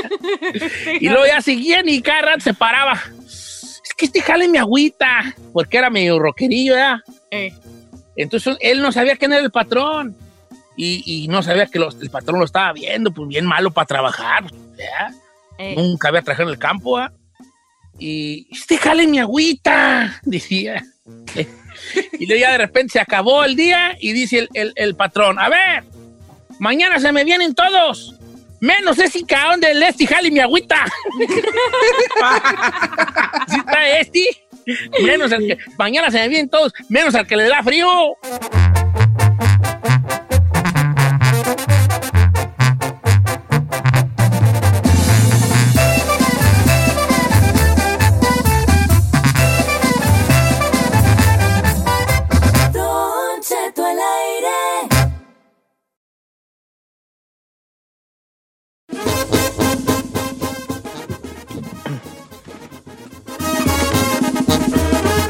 Speaker 2: y luego ya seguían y cada rato se paraba. Es que este jale mi agüita. Porque era medio roquerillo, ¿verdad? Entonces él no sabía quién era el patrón. y, y no sabía que los- el patrón lo estaba viendo, pues bien malo para trabajar. ¿verdad?
Speaker 5: Eh.
Speaker 2: Nunca había trabajado en el campo. ¿ah? Y este jale mi agüita, decía. y luego ya de repente se acabó el día y dice el, el- el patrón, a ver, mañana se me vienen todos. Menos ese caón del Esti, jale mi agüita. ¿Sí está Esti? Menos el que, mañana se me vienen todos, menos al que le da frío.
Speaker 7: Don Cheto al aire.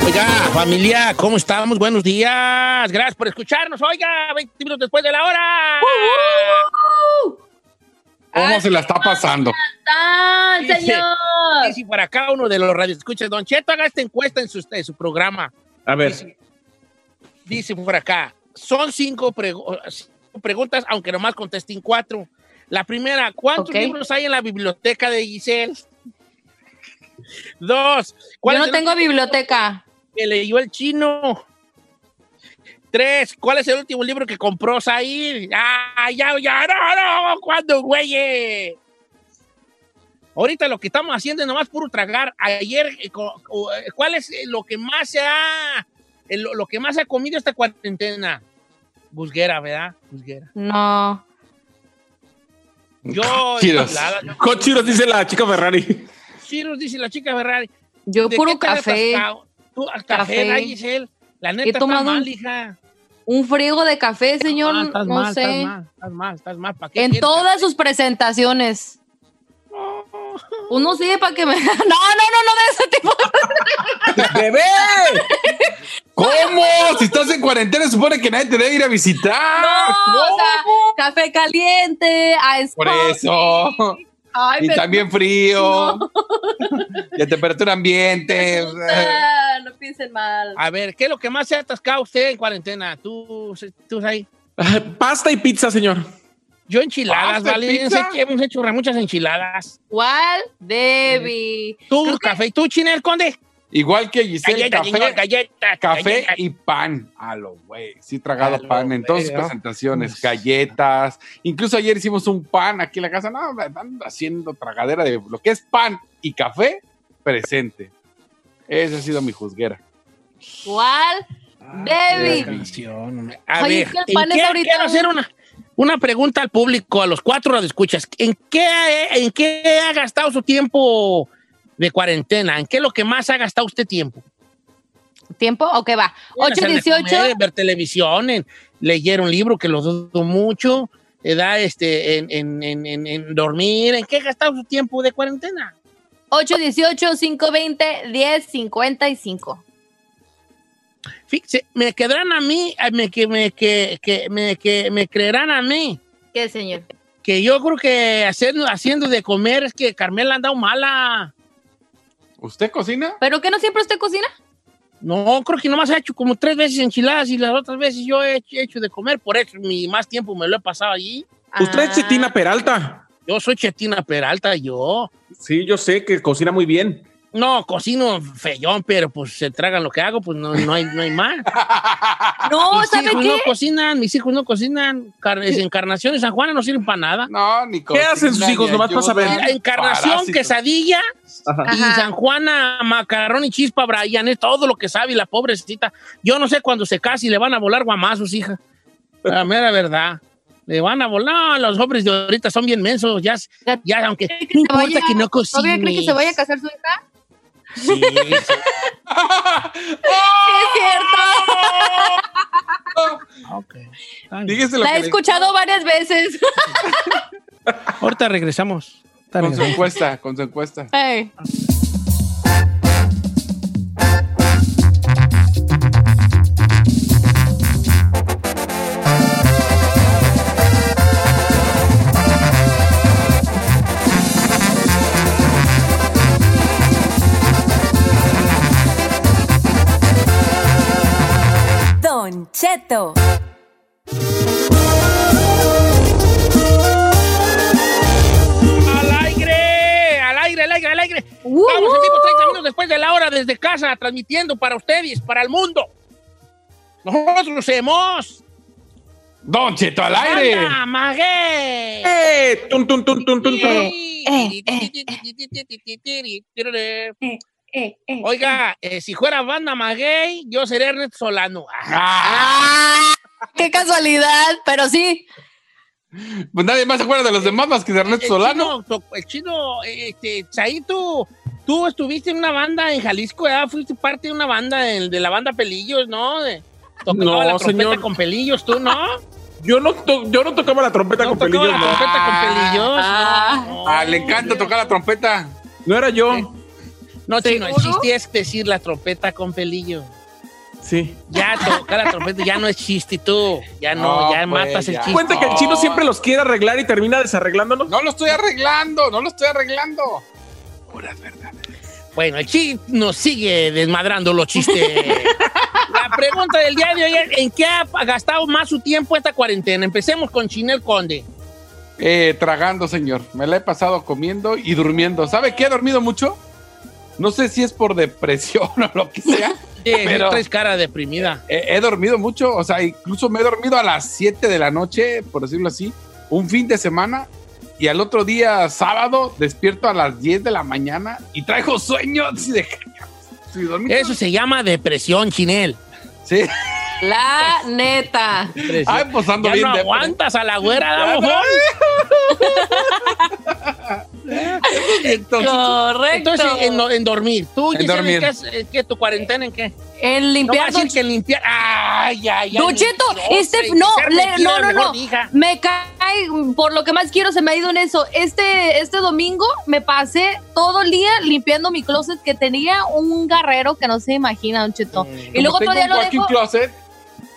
Speaker 2: Oiga, familia, ¿cómo estamos? Buenos días. Gracias por escucharnos. Oiga, 20 minutos después de la hora.
Speaker 3: ¿Cómo se la está pasando?
Speaker 5: ¡Ah,
Speaker 2: Dice-
Speaker 5: señor!
Speaker 2: Y si por acá uno de los radioescuchas, Don Cheto, haga esta encuesta en su, en su programa.
Speaker 6: A ver,
Speaker 2: Dice por acá, son cinco, prego- cinco preguntas, aunque nomás contesten cuatro. La primera, ¿cuántos
Speaker 5: Ok.
Speaker 2: libros hay en la biblioteca de Giselle? Dos, ¿cuál
Speaker 5: Yo
Speaker 2: es
Speaker 5: no
Speaker 2: el
Speaker 5: tengo biblioteca.
Speaker 2: que leyó el chino. Tres, ¿cuál es el último libro que compró Zahir? ¡Ah, ya, ya! ¡No, no! ¿Cuándo, güey? Ahorita lo que estamos haciendo es nomás puro tragar. Ayer, eh, co- o, eh, ¿cuál es eh, lo que más se ha... eh, Lo, lo que más se ha comido esta cuarentena? Busguera, ¿verdad? Busguera.
Speaker 5: No.
Speaker 2: Yo...
Speaker 3: Chiros.
Speaker 2: la- la-
Speaker 6: Hot Cheetos, dice la chica Ferrari.
Speaker 2: Chiros, dice la chica Ferrari.
Speaker 5: Yo
Speaker 2: ¿De
Speaker 5: puro
Speaker 2: qué te has
Speaker 5: café.
Speaker 2: atascado? Tú, al café,
Speaker 5: Café.
Speaker 2: ay, Giselle. La neta está
Speaker 5: tomado un-
Speaker 2: mal, hija.
Speaker 5: Un friego de café, señor.
Speaker 2: Ah, estás
Speaker 5: no
Speaker 2: mal,
Speaker 5: sé.
Speaker 2: Estás mal, estás mal, estás mal. ¿Para qué
Speaker 5: En
Speaker 2: quieres?
Speaker 5: todas sus presentaciones. Uno sigue para que me. No, no, no, no de ese
Speaker 2: Ah,
Speaker 5: tipo.
Speaker 6: ¡Bebé!
Speaker 3: ¿Cómo? Si estás en cuarentena, supone que nadie te debe ir a visitar.
Speaker 5: No, o sea, café caliente, a
Speaker 3: Por eso.
Speaker 5: Ay,
Speaker 3: Y
Speaker 5: me
Speaker 3: también frío. Y a temperatura ambiente.
Speaker 5: gusta, No piensen mal.
Speaker 2: A ver, ¿qué es lo que más se ha atascado usted en cuarentena? Tú, tú ahí.
Speaker 6: Pasta y pizza, señor.
Speaker 2: Yo enchiladas,
Speaker 3: ¿Pasta,
Speaker 2: ¿vale?
Speaker 3: pizza?
Speaker 2: Sé que hemos hecho muchas enchiladas.
Speaker 5: ¿Cuál? Debbie.
Speaker 2: Tú,
Speaker 5: Creo que-
Speaker 2: café. ¿Y tú, Chinel, Conde?
Speaker 3: Igual que Giselle,
Speaker 2: Galleta, señor,
Speaker 3: café,
Speaker 2: galleta.
Speaker 3: café
Speaker 2: galleta.
Speaker 3: y pan. A lo güey. Sí, he tragado
Speaker 2: A lo
Speaker 3: pan en todas sus
Speaker 2: güey, ¿no?
Speaker 3: presentaciones, galletas. Incluso ayer hicimos un pan aquí en la casa. No, me andan haciendo tragadera de lo que es pan y café presente. Esa ha sido mi juzguera.
Speaker 5: ¿Cuál?
Speaker 2: Ah,
Speaker 5: Debbie.
Speaker 2: Canción. A
Speaker 5: Ay,
Speaker 2: ver,
Speaker 5: es que el
Speaker 2: ¿en
Speaker 5: pan es
Speaker 2: qué-
Speaker 5: ahorita
Speaker 2: quiero
Speaker 5: un-
Speaker 2: hacer una, una pregunta al público, a los cuatro escuchas. ¿En qué, ¿En qué ha gastado su tiempo de cuarentena? ¿En qué es lo que más ha gastado usted tiempo?
Speaker 5: ¿Tiempo? Ok, va.
Speaker 2: Bueno, hacer de
Speaker 5: 818.
Speaker 2: comer, ver televisión, en- leyer un libro que lo dudo mucho, edad, este, en, en- en- en- en dormir. ¿En qué ha gastado su tiempo de cuarentena?
Speaker 5: 818-520-1055.
Speaker 2: Fíjese, me quedarán a mí, a- me, que, me, que, que- me, que, me creerán a mí,
Speaker 5: ¿Qué, señor?
Speaker 2: que yo creo que haciendo, haciendo de comer es que Carmela ha andado mala.
Speaker 3: ¿Usted cocina?
Speaker 5: ¿Pero que no siempre usted cocina?
Speaker 2: No, creo que nomás ha hecho como tres veces enchiladas y las otras veces yo he hecho, he hecho de comer, por eso mi más tiempo me lo he pasado allí.
Speaker 6: Usted es
Speaker 5: Ah.
Speaker 6: Chetina Peralta.
Speaker 2: Yo soy Chetina Peralta, yo.
Speaker 6: Sí, yo sé que cocina muy bien.
Speaker 2: No, cocino feyón, pero pues se tragan lo que hago, pues no, no, hay, no hay más.
Speaker 5: Ah. No,
Speaker 2: mis
Speaker 5: Oh, ¿sabe
Speaker 2: hijos
Speaker 5: qué?
Speaker 2: no cocinan, mis hijos no cocinan. Car- es encarnación y San Juana no sirven para nada.
Speaker 3: No, ni cocina.
Speaker 6: hacen sus hijos?
Speaker 3: ni
Speaker 6: Nomás para
Speaker 3: ayuda.
Speaker 6: saber.
Speaker 2: Encarnación,
Speaker 3: Parásitos.
Speaker 2: quesadilla y
Speaker 5: Ah, Ajá.
Speaker 2: San Juana, macarrón y chispa, Brian, es todo lo que sabe y la pobrecita. Yo no sé cuándo se case y le van a volar guamazos, hija. La mera verdad. Le van a volar. No, los hombres de ahorita son bien mensos. Ya, ya aunque no
Speaker 5: se vaya-
Speaker 2: importa que no
Speaker 5: ¿Todavía
Speaker 2: cocine.
Speaker 5: cree que se vaya a casar su hija?
Speaker 2: Sí, sí.
Speaker 5: Sí, es cierto.
Speaker 2: Ok. Está bien.
Speaker 3: Dígase lo
Speaker 5: La
Speaker 3: que
Speaker 5: he
Speaker 3: le-
Speaker 5: escuchado varias veces.
Speaker 2: Ahorita regresamos.
Speaker 3: Con su
Speaker 2: Ahorita regresamos.
Speaker 3: encuesta, con su encuesta.
Speaker 5: Ey.
Speaker 7: Don Cheto.
Speaker 2: aire, al aire.
Speaker 5: Uh,
Speaker 2: Vamos a
Speaker 5: uh.
Speaker 2: 130 minutos después de la hora desde casa, transmitiendo para ustedes, para el mundo. Nosotros hemos...
Speaker 3: Don Cheto al aire.
Speaker 2: ¡Anda, maguey!
Speaker 6: ¡Eh! ¡Tun, tun, tun, tun, tun, tun!
Speaker 2: Sí.
Speaker 5: eh, Eh, eh.
Speaker 2: Oiga, eh, si fuera banda maguey, yo sería Ernesto Solano. Ah,
Speaker 5: ¡Ah! ¡Qué casualidad! Pero sí.
Speaker 3: Pues nadie más se acuerda de los demás más que de
Speaker 2: el
Speaker 3: Ernesto Solano.
Speaker 2: chino, to- el chino, eh, este, Saí, tú, tú estuviste en una banda en Jalisco, ¿verdad? fuiste parte de una banda, del- de, la banda Pelillos, ¿no? De- tocaba
Speaker 6: No,
Speaker 2: la trompeta
Speaker 6: señor.
Speaker 2: con pelillos, tú, ¿no?
Speaker 6: Yo no, to- yo no tocaba la trompeta
Speaker 2: No
Speaker 6: con
Speaker 2: tocaba
Speaker 6: pelillos,
Speaker 2: la
Speaker 6: no.
Speaker 2: trompeta con pelillos.
Speaker 5: Ah.
Speaker 2: no, no.
Speaker 3: Ah, le encanta tocar la trompeta.
Speaker 6: No era yo.
Speaker 2: No, chino, el
Speaker 5: ¿Seguro?
Speaker 2: chiste es decir la trompeta con pelillos.
Speaker 6: Sí.
Speaker 2: Ya tocar la trompeta ya no es chiste, tú. Ya no,
Speaker 3: No,
Speaker 2: ya
Speaker 3: pues,
Speaker 2: matas el
Speaker 3: ya.
Speaker 2: chiste.
Speaker 6: Cuenta que el chino siempre los quiere arreglar y termina desarreglándonos.
Speaker 3: No lo estoy arreglando, no lo estoy arreglando.
Speaker 2: Bueno, el chiste nos sigue desmadrando los chistes. La pregunta del día de hoy es, ¿en qué ha gastado más su tiempo esta cuarentena? Empecemos con Chinel Conde.
Speaker 3: Eh, tragando, señor. Me la he pasado comiendo y durmiendo. ¿Sabe qué? He dormido mucho. No sé si es por depresión o lo que sea.
Speaker 2: Eh,
Speaker 3: Pero-
Speaker 2: traes cara deprimida.
Speaker 3: He, he dormido mucho, o sea, incluso me he dormido a las 7 de la noche, por decirlo así, un fin de semana. Y al otro día, sábado, despierto a las 10 de la mañana y traigo sueños. Y de... si dormí todo-
Speaker 2: Eso se llama depresión, Chinel.
Speaker 3: Sí.
Speaker 5: La neta.
Speaker 2: Depresión.
Speaker 3: Ay, pues ando
Speaker 2: ya
Speaker 3: bien
Speaker 2: no
Speaker 3: depre.
Speaker 2: aguantas a la güera, a lo mejor.
Speaker 3: Entonces,
Speaker 5: Correcto.
Speaker 2: Entonces, en, do- en dormir. ¿Tú,
Speaker 3: En
Speaker 2: Giselle,
Speaker 3: dormir.
Speaker 2: qué es- eh, qué, tu cuarentena en qué?
Speaker 5: En
Speaker 2: No
Speaker 5: limpiar.
Speaker 2: vas a decir que limpiar. Ay, ay, ay.
Speaker 5: Don Cheto, este, no, le- no, no, no. Me cae, por lo que más quiero, se me ha ido en eso. Este, este domingo me pasé todo el día limpiando mi closet que tenía un garrero que no se imagina, Don
Speaker 2: Mm.
Speaker 5: Cheto. Y luego
Speaker 3: tengo
Speaker 5: todavía
Speaker 3: un
Speaker 5: lo
Speaker 3: walking
Speaker 5: dejo.
Speaker 3: closet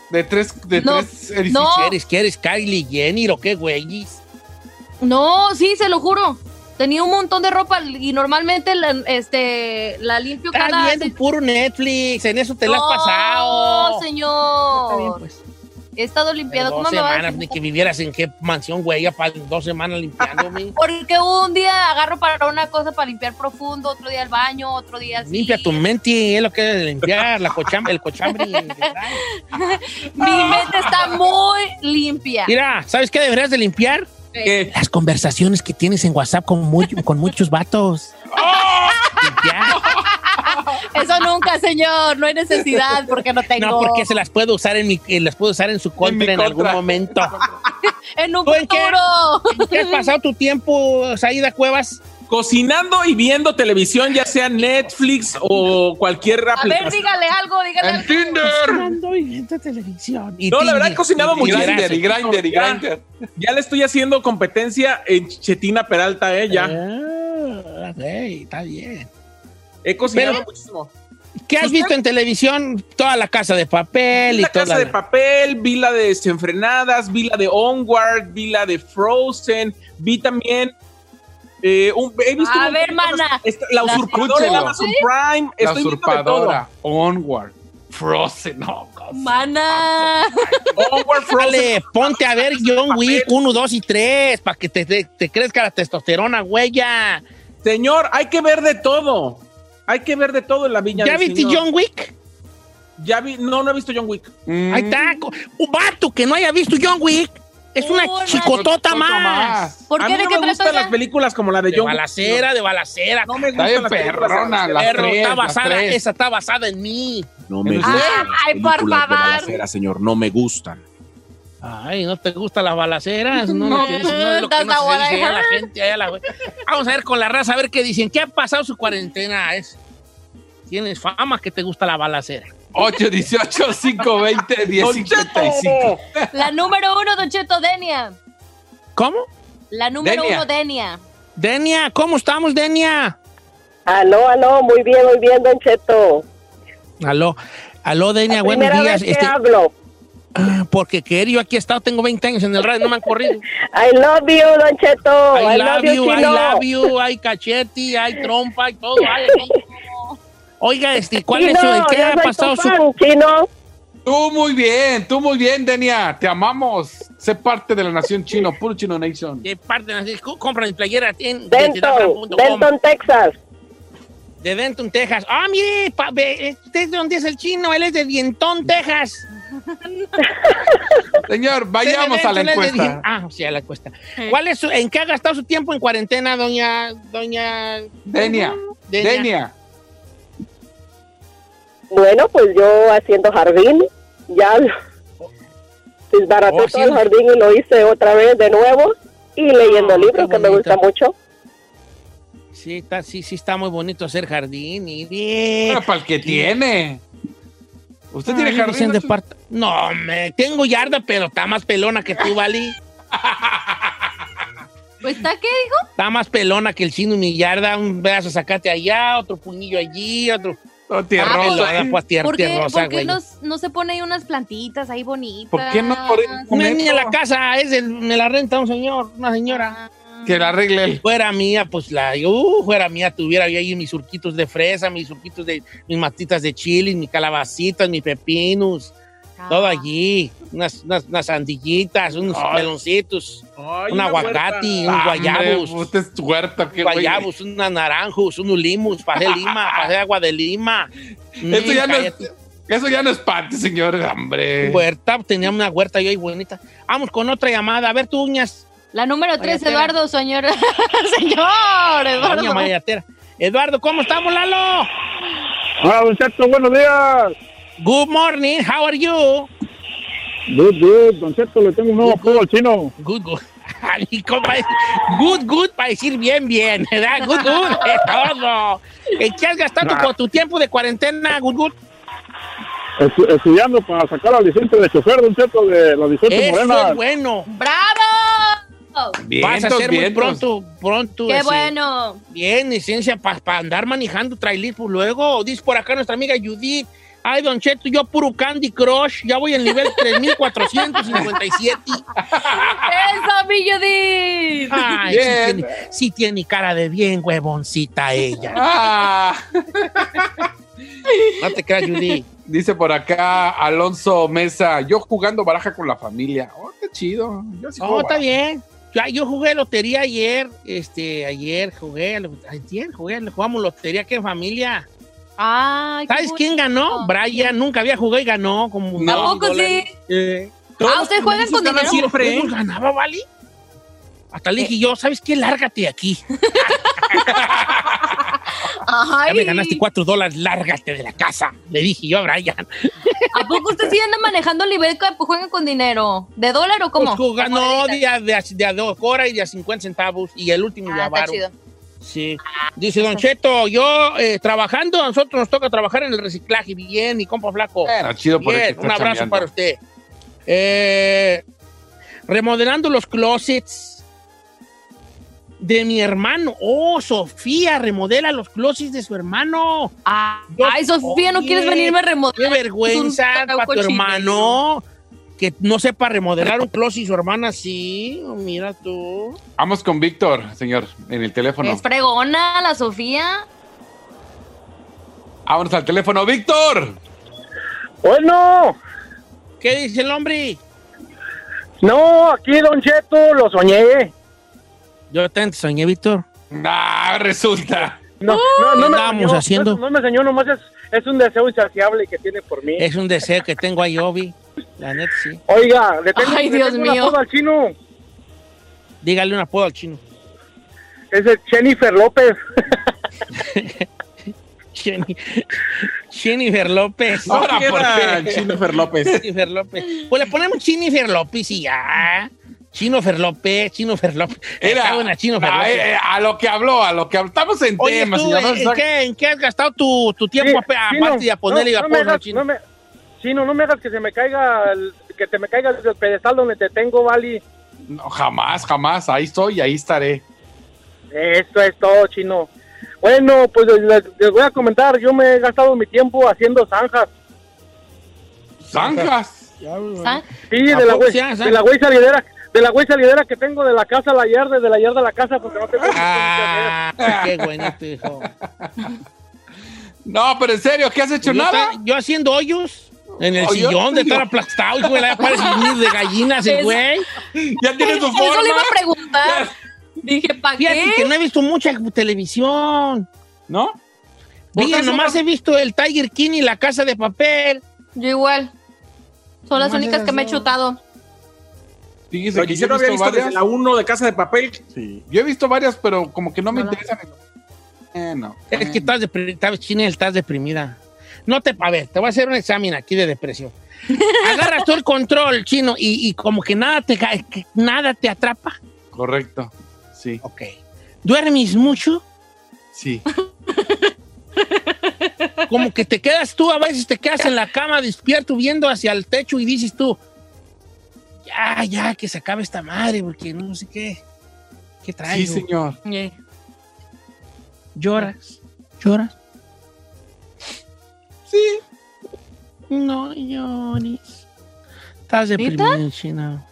Speaker 3: de tres, de
Speaker 5: No,
Speaker 3: tres edificios.
Speaker 5: no.
Speaker 2: ¿Quieres, quieres Kylie Jenner o qué, güey?
Speaker 5: No, sí, se lo juro. Tenía un montón de ropa y normalmente la, este, la limpio
Speaker 2: Estás
Speaker 5: cada.
Speaker 2: viendo puro Netflix, en eso te lo has
Speaker 5: No,
Speaker 2: pasado.
Speaker 5: señor.
Speaker 2: Está bien, pues.
Speaker 5: He estado
Speaker 2: Pero
Speaker 5: limpiando.
Speaker 2: Dos
Speaker 5: ¿Cómo me va a
Speaker 2: semanas,
Speaker 5: decir?
Speaker 2: ni que vivieras en qué mansión, güey, ya pa- dos semanas limpiándome.
Speaker 5: Porque un día agarro para una cosa para limpiar profundo, otro día el baño, otro día así.
Speaker 2: Limpia tu mente, es lo que debes de limpiar, la cocham- el cochambre.
Speaker 5: Mi mente está muy limpia.
Speaker 2: Mira, ¿sabes qué deberías de limpiar?
Speaker 6: ¿Qué?
Speaker 2: Las conversaciones que tienes en WhatsApp con, muy- con muchos vatos. Limpiar.
Speaker 5: Eso nunca, señor. No hay necesidad porque no tengo.
Speaker 2: No, porque se las puedo usar en mi, eh, las puedo usar en su contra en,
Speaker 3: mi
Speaker 2: algún
Speaker 3: contra.
Speaker 2: momento.
Speaker 5: En un
Speaker 2: ¿Tú en qué?
Speaker 5: futuro.
Speaker 2: ¿En ¿Qué has pasado tu tiempo, Saída Cuevas?
Speaker 6: Cocinando y viendo televisión, ya sea Netflix o cualquier
Speaker 5: A ver,
Speaker 6: aplicación.
Speaker 5: dígale algo, dígale
Speaker 3: En
Speaker 5: algo.
Speaker 3: Tinder.
Speaker 2: Cocinando y viendo televisión. Y
Speaker 6: No, la
Speaker 2: Tinder.
Speaker 6: verdad he cocinado
Speaker 2: Y
Speaker 3: Y
Speaker 6: muchísimo.
Speaker 2: Grindr,
Speaker 3: Grinder, y Grinder, y
Speaker 6: Ya.
Speaker 3: Grinder.
Speaker 6: Ya le estoy haciendo competencia en Chetina Peralta, eh, ya.
Speaker 2: Ah, ok, está bien.
Speaker 6: He cocinado
Speaker 2: Pero-
Speaker 6: muchísimo.
Speaker 2: ¿Qué has
Speaker 6: ¿Usted?
Speaker 2: visto en televisión? Toda la casa de papel y
Speaker 6: La
Speaker 2: toda
Speaker 6: casa
Speaker 2: la-
Speaker 6: de papel, vi la de Desenfrenadas, vi la de Onward, vi la de Frozen, vi también. eh, un, he visto
Speaker 5: A
Speaker 6: un montón
Speaker 5: ver,
Speaker 6: de cosas.
Speaker 5: mana.
Speaker 6: Esta- La
Speaker 5: La-
Speaker 6: usurpadora de
Speaker 3: Escúchelo.
Speaker 6: Amazon Prime.
Speaker 3: La
Speaker 6: Estoy viendo de todo.
Speaker 3: usurpadora. Onward. Frozen. No,
Speaker 5: Mana.
Speaker 6: Onward, Frozen.
Speaker 2: Dale, ponte a ver John Wick 1, 2 y 3 para que te, te- te crezca la testosterona, güey. Ya,
Speaker 6: Señor, hay que ver de todo. Hay que ver de todo en la viña.
Speaker 2: ¿Ya
Speaker 6: del
Speaker 2: viste
Speaker 6: señor.
Speaker 2: John Wick?
Speaker 6: Ya vi, no, no he visto John Wick.
Speaker 2: Ahí está. co- Un vato que no haya visto John Wick. Es una
Speaker 5: Una
Speaker 2: chicotota más.
Speaker 5: ¿Por
Speaker 6: a
Speaker 5: qué
Speaker 6: mí
Speaker 5: de
Speaker 6: no
Speaker 5: qué
Speaker 6: me
Speaker 5: trata
Speaker 6: gustan las
Speaker 5: ya?
Speaker 6: películas como la de,
Speaker 2: De
Speaker 6: John Wick.
Speaker 2: balacera, de balacera.
Speaker 6: No me
Speaker 3: Está
Speaker 6: gustan
Speaker 3: bien
Speaker 6: las películas
Speaker 3: perrona,
Speaker 6: de
Speaker 3: la-
Speaker 6: balacera.
Speaker 2: Perro,
Speaker 3: tres,
Speaker 2: está
Speaker 3: las
Speaker 2: basada,
Speaker 3: tres.
Speaker 2: esa está basada en mí.
Speaker 6: No
Speaker 3: me gustan
Speaker 5: Ay, por películas de favor. balacera,
Speaker 6: señor, no me gustan.
Speaker 2: Ay, ¿no te gustan las balaceras? No,
Speaker 5: No,
Speaker 2: no, es- no es lo que
Speaker 5: that's
Speaker 2: no
Speaker 5: not
Speaker 2: se
Speaker 5: what I
Speaker 2: dice a la
Speaker 5: heard.
Speaker 2: gente. allá la- Vamos a ver con la raza, a ver qué dicen. ¿Qué ha pasado su cuarentena? Es, tienes fama que te gusta la balacera.
Speaker 3: 8, 18, 5, 20, 10,
Speaker 6: Don Cheto.
Speaker 3: 55.
Speaker 5: La número uno, Don Cheto, Denia.
Speaker 2: ¿Cómo?
Speaker 5: La número
Speaker 3: Denia.
Speaker 5: uno, Denia.
Speaker 2: Denia, ¿cómo estamos, Denia?
Speaker 9: Aló, aló, muy bien, muy bien, Don Cheto.
Speaker 2: Aló, aló, Denia, buenos
Speaker 9: Primera
Speaker 2: días.
Speaker 9: vez que
Speaker 2: Este,
Speaker 9: hablo.
Speaker 2: ah, porque querido, yo aquí he estado, tengo 20 años en el radio, no me han corrido.
Speaker 9: I love you, Don Cheto.
Speaker 2: I love you, I
Speaker 9: Chino.
Speaker 2: love you, hay cachete, hay trompa, hay todo. hay de todo. Oiga, este, ¿cuál es su,
Speaker 9: Chino,
Speaker 2: en qué
Speaker 9: yo
Speaker 2: ha
Speaker 9: soy
Speaker 2: pasado
Speaker 9: tu
Speaker 2: su
Speaker 9: fan, Chino,
Speaker 3: Tú muy bien, tú muy bien, Denia. Te amamos. Sé parte de la nación chino, puro chino nation.
Speaker 2: De parte de la- co- compra mi playera en
Speaker 9: Denton,
Speaker 2: dentedatran.com.
Speaker 9: Denton, Texas.
Speaker 2: de Denton, Texas. Ah, mire, pa- ve, ¿este es de dónde es el chino? Él es de Dientón, Texas.
Speaker 3: Señor, vayamos
Speaker 2: Denton
Speaker 3: a la
Speaker 2: es de Dien-
Speaker 3: encuesta.
Speaker 2: Ah, sí, a la encuesta. ¿Cuál es su- ¿En qué ha gastado su tiempo en cuarentena, doña... doña...
Speaker 3: Denia,
Speaker 2: Denia.
Speaker 3: Denia.
Speaker 9: Bueno, pues yo haciendo jardín, ya lo- desbaraté
Speaker 2: Oh,
Speaker 9: todo el
Speaker 2: sí.
Speaker 9: jardín y lo hice otra vez de nuevo y leyendo
Speaker 2: Ah,
Speaker 9: libros
Speaker 2: qué
Speaker 9: que me
Speaker 2: bonito.
Speaker 9: gusta mucho.
Speaker 2: Sí, está, sí, sí, está muy bonito hacer jardín y bien.
Speaker 3: Pero para el que tiene. Usted tiene
Speaker 2: Ay, dicen
Speaker 3: jardín.
Speaker 2: Ah, de
Speaker 3: Nacho?
Speaker 2: parte- No, me tengo yarda, pero está más pelona que tú, Vali.
Speaker 5: Pues ¿Está qué dijo?
Speaker 2: Está más pelona que el chino y mi yarda. Un brazo sacate allá, otro puñillo allí, otro...
Speaker 3: No, tierra
Speaker 5: Ah,
Speaker 3: rosa,
Speaker 2: pelona,
Speaker 3: ¿eh?
Speaker 2: pues, tier-
Speaker 5: ¿Por qué,
Speaker 2: tierrosa,
Speaker 5: por qué
Speaker 2: güey.
Speaker 5: no, no se pone ahí unas plantitas ahí bonitas? Ah,
Speaker 3: ¿Por qué no por el
Speaker 2: No es ni
Speaker 3: momento
Speaker 2: en la casa, es el- me la renta un señor, una señora.
Speaker 3: Que la arregle él.
Speaker 2: Fuera mía, pues la, uh, fuera mía, tuviera yo ahí mis surquitos de fresa, mis surquitos de, mis matitas de chile, mis calabacitas, mis pepinos, todo
Speaker 5: Ah.
Speaker 2: allí, unas, unas, unas sandillitas, unos
Speaker 3: Ay.
Speaker 2: meloncitos,
Speaker 6: Ay,
Speaker 2: un
Speaker 6: una
Speaker 2: aguacate,
Speaker 6: huerta.
Speaker 2: un guayabos,
Speaker 3: Hombre, Usted
Speaker 2: este
Speaker 3: es huerta, qué güey.
Speaker 2: guayabos, unos naranjos, unos limos, pasé lima, pasé agua de lima.
Speaker 3: Eso
Speaker 2: Mm,
Speaker 3: ya, no es,
Speaker 2: cállate.
Speaker 3: eso ya no es parte, señor. Hombre.
Speaker 2: Huerta, tenía una huerta yo ahí bonita. Vamos con otra llamada, a ver tú, uñas.
Speaker 5: La número 3,
Speaker 2: María Estela.
Speaker 5: Eduardo, señor. señor, Eduardo.
Speaker 2: Doña Mayatera. Eduardo, ¿cómo estamos, Lalo?
Speaker 8: Ah, Don buenos días.
Speaker 2: Good morning, how are you?
Speaker 8: Good, good. Don Cheto, le tengo un nuevo apodo al chino.
Speaker 2: Good, good. Ay, compa, Good, good para decir bien, bien, ¿verdad? Good, good, es todo. ¿En qué has gastado
Speaker 8: Ah.
Speaker 2: con tu tiempo de cuarentena, good, good?
Speaker 8: Estu- estudiando para sacar la licencia de chofer, Don Cheto, de la licencia
Speaker 2: Eso
Speaker 8: morena.
Speaker 2: es bueno.
Speaker 5: ¡Bravo!
Speaker 2: Vas a
Speaker 3: Vientos,
Speaker 2: ser muy
Speaker 3: vientos.
Speaker 2: pronto, pronto.
Speaker 5: ¡Qué
Speaker 2: ese,
Speaker 5: bueno!
Speaker 2: Bien, licencia para andar manejando trailer pues luego. Dice por acá nuestra amiga Judith. Ay, Don Cheto, yo puro Candy Crush. Ya voy en nivel 3457.
Speaker 5: ¡Eso, mi Judith!
Speaker 2: Ay, sí
Speaker 3: Bien.
Speaker 2: tiene, sí tiene cara de bien huevoncita ella.
Speaker 3: Ah,
Speaker 2: No te creas, Judy.
Speaker 3: dice por acá Alonso Mesa, yo jugando baraja con la familia. Oh, qué chido. Yo sí
Speaker 2: No,
Speaker 3: juego
Speaker 2: está
Speaker 3: baraja.
Speaker 2: bien. Yo, yo jugué lotería ayer, este, ayer jugué, lo- ayer jugué, le jugamos lotería que en familia.
Speaker 5: Ay, qué
Speaker 2: ¿Sabes quién
Speaker 5: bonito.
Speaker 2: ganó? Brian, nunca había jugado y ganó como
Speaker 6: No.
Speaker 5: ¿Tampoco sí?
Speaker 6: Eh,
Speaker 5: Ah, ¿ustedes juegan con
Speaker 6: ganan
Speaker 5: dinero?
Speaker 6: siempre, ¿eh?
Speaker 2: Yo ganaba, ¿vale? Hasta
Speaker 5: Eh.
Speaker 2: le dije yo, ¿sabes qué? Lárgate de aquí.
Speaker 5: Ay,
Speaker 2: Ya me ganaste cuatro dólares, lárgate de la casa. Le dije yo a Brian.
Speaker 5: ¿A poco usted sí anda manejando el nivel que juegan con dinero? ¿De dólar o cómo?
Speaker 2: Pues jugá-
Speaker 5: ¿Cómo
Speaker 2: no,
Speaker 5: monedita?
Speaker 2: de a, de a- de a dos horas y de a 50 centavos. Y el último
Speaker 5: Ah,
Speaker 2: ya
Speaker 5: está
Speaker 2: varo.
Speaker 5: chido. Ah,
Speaker 2: Sí. Dice Don Cheto, yo eh, trabajando, a nosotros nos toca trabajar en el reciclaje. Bien, mi compa flaco.
Speaker 3: Bueno, chido por el que
Speaker 2: Bien,
Speaker 3: está
Speaker 2: un abrazo
Speaker 3: chambeando.
Speaker 2: para usted. Eh, remodelando los closets de mi hermano. Oh, Sofía, remodela los closets de su hermano.
Speaker 5: Ah,
Speaker 2: Yo-
Speaker 5: ay, Sofía, ¿no
Speaker 2: Oye,
Speaker 5: quieres venirme a
Speaker 2: Qué
Speaker 5: remodelar?
Speaker 2: vergüenza
Speaker 5: Es un
Speaker 2: para tu
Speaker 5: cochinero.
Speaker 2: hermano. Que no sepa remodelar un closet y su hermana sí. oh, Mira tú.
Speaker 3: Vamos con Víctor, señor, en el teléfono.
Speaker 5: Es fregona la Sofía.
Speaker 3: Vámonos al teléfono, Víctor.
Speaker 8: Bueno,
Speaker 2: ¿Qué dice el hombre?
Speaker 8: no, aquí Don Cheto, lo soñé.
Speaker 2: Yo te soñé, Víctor.
Speaker 3: Ah, resulta.
Speaker 8: No, no, no, me
Speaker 2: Andamos
Speaker 8: enseñó,
Speaker 2: haciendo.
Speaker 8: No, no me enseñó, nomás es, es un deseo insaciable que tiene por mí.
Speaker 3: Eh.
Speaker 2: Es un deseo que tengo ahí, Obi. La neta, sí.
Speaker 8: Oiga, le tengo,
Speaker 5: Ay,
Speaker 8: le
Speaker 5: Dios
Speaker 8: tengo una
Speaker 5: mío.
Speaker 8: apodo al chino.
Speaker 2: Dígale un apodo al chino.
Speaker 8: Es el Jennifer López.
Speaker 2: Jenny- Jennifer López.
Speaker 3: Ahora,
Speaker 6: ¿Qué
Speaker 3: ¿por
Speaker 6: era
Speaker 3: qué?
Speaker 6: Jennifer López.
Speaker 2: Jennifer López. Pues le ponemos Jennifer López y ya. Chino Fer López, Chino Fer López. Está buena, Chino Fer
Speaker 3: a,
Speaker 8: E
Speaker 2: López.
Speaker 3: eh, a lo que habló, a lo que habló. Estamos en
Speaker 2: Oye,
Speaker 3: tema,
Speaker 2: tú,
Speaker 3: señor.
Speaker 2: ¿en, en qué, en qué has gastado tu, tu tiempo
Speaker 8: Sí,
Speaker 2: aparte
Speaker 8: chino,
Speaker 2: de a ponerle
Speaker 8: no,
Speaker 2: a
Speaker 8: no me
Speaker 2: poner
Speaker 8: hagas-
Speaker 2: chino?
Speaker 8: no me- Chino, no me hagas que se me caiga, el- que te me caigas del pedestal donde te tengo, Vali.
Speaker 3: No, jamás, jamás. Ahí estoy y ahí estaré.
Speaker 8: Esto es todo, chino. Bueno, pues les, les voy a comentar, yo me he gastado mi tiempo haciendo zanjas.
Speaker 3: Zanjas.
Speaker 5: ¿Sa-
Speaker 8: Sí,
Speaker 2: ¿A
Speaker 8: de la,
Speaker 2: poco
Speaker 8: güey,
Speaker 2: sí haces
Speaker 8: de la güey salidera, de la güey salidera que tengo de la casa a la yarda, de la yarda a la casa, porque no tengo...
Speaker 2: Ah, qué bonito, hijo.
Speaker 3: No, pero en serio, ¿qué has hecho?
Speaker 2: Yo,
Speaker 3: Nada.
Speaker 2: ta- yo haciendo hoyos. En el sillón de estar aplastado, hijo de la ya parece nido de gallinas, el
Speaker 5: Es-
Speaker 2: güey. Ya tiene su
Speaker 5: Eso le iba a preguntar. Dije, ¿para
Speaker 2: Fíjate
Speaker 5: qué?
Speaker 2: que no he visto mucha televisión.
Speaker 6: ¿No?
Speaker 2: Diga, nomás he visto el Tiger King y la casa de papel.
Speaker 5: Yo igual. Son las
Speaker 2: Nomás
Speaker 5: únicas
Speaker 2: esas
Speaker 5: que me he
Speaker 2: dos.
Speaker 5: chutado.
Speaker 3: Fíjese
Speaker 6: Pero
Speaker 3: que
Speaker 6: yo no había visto
Speaker 3: varias.
Speaker 6: desde la 1 de Casa de Papel.
Speaker 3: Sí. Yo he visto varias, pero como que no me
Speaker 5: No, no.
Speaker 3: interesan. Eh, no.
Speaker 2: Es que estás deprimida, estás, Chinel, estás deprimida. No te, a ver, te voy a hacer un examen aquí de depresión. Agarras tú el control, chino, y, y como que nada te, ca- que nada te atrapa.
Speaker 3: Correcto. Sí,
Speaker 2: Ok. ¿Duermes mucho?
Speaker 3: sí.
Speaker 2: Como que te quedas tú, a veces te quedas en la cama despierto viendo hacia el techo y dices tú, ya, ya, que se acabe esta madre, porque no sé qué, qué traigo.
Speaker 3: Sí, señor.
Speaker 5: Eh,
Speaker 2: Lloras, lloras.
Speaker 3: Sí.
Speaker 2: No llores. Estás
Speaker 5: ¿Neta?
Speaker 2: deprimido, Chino.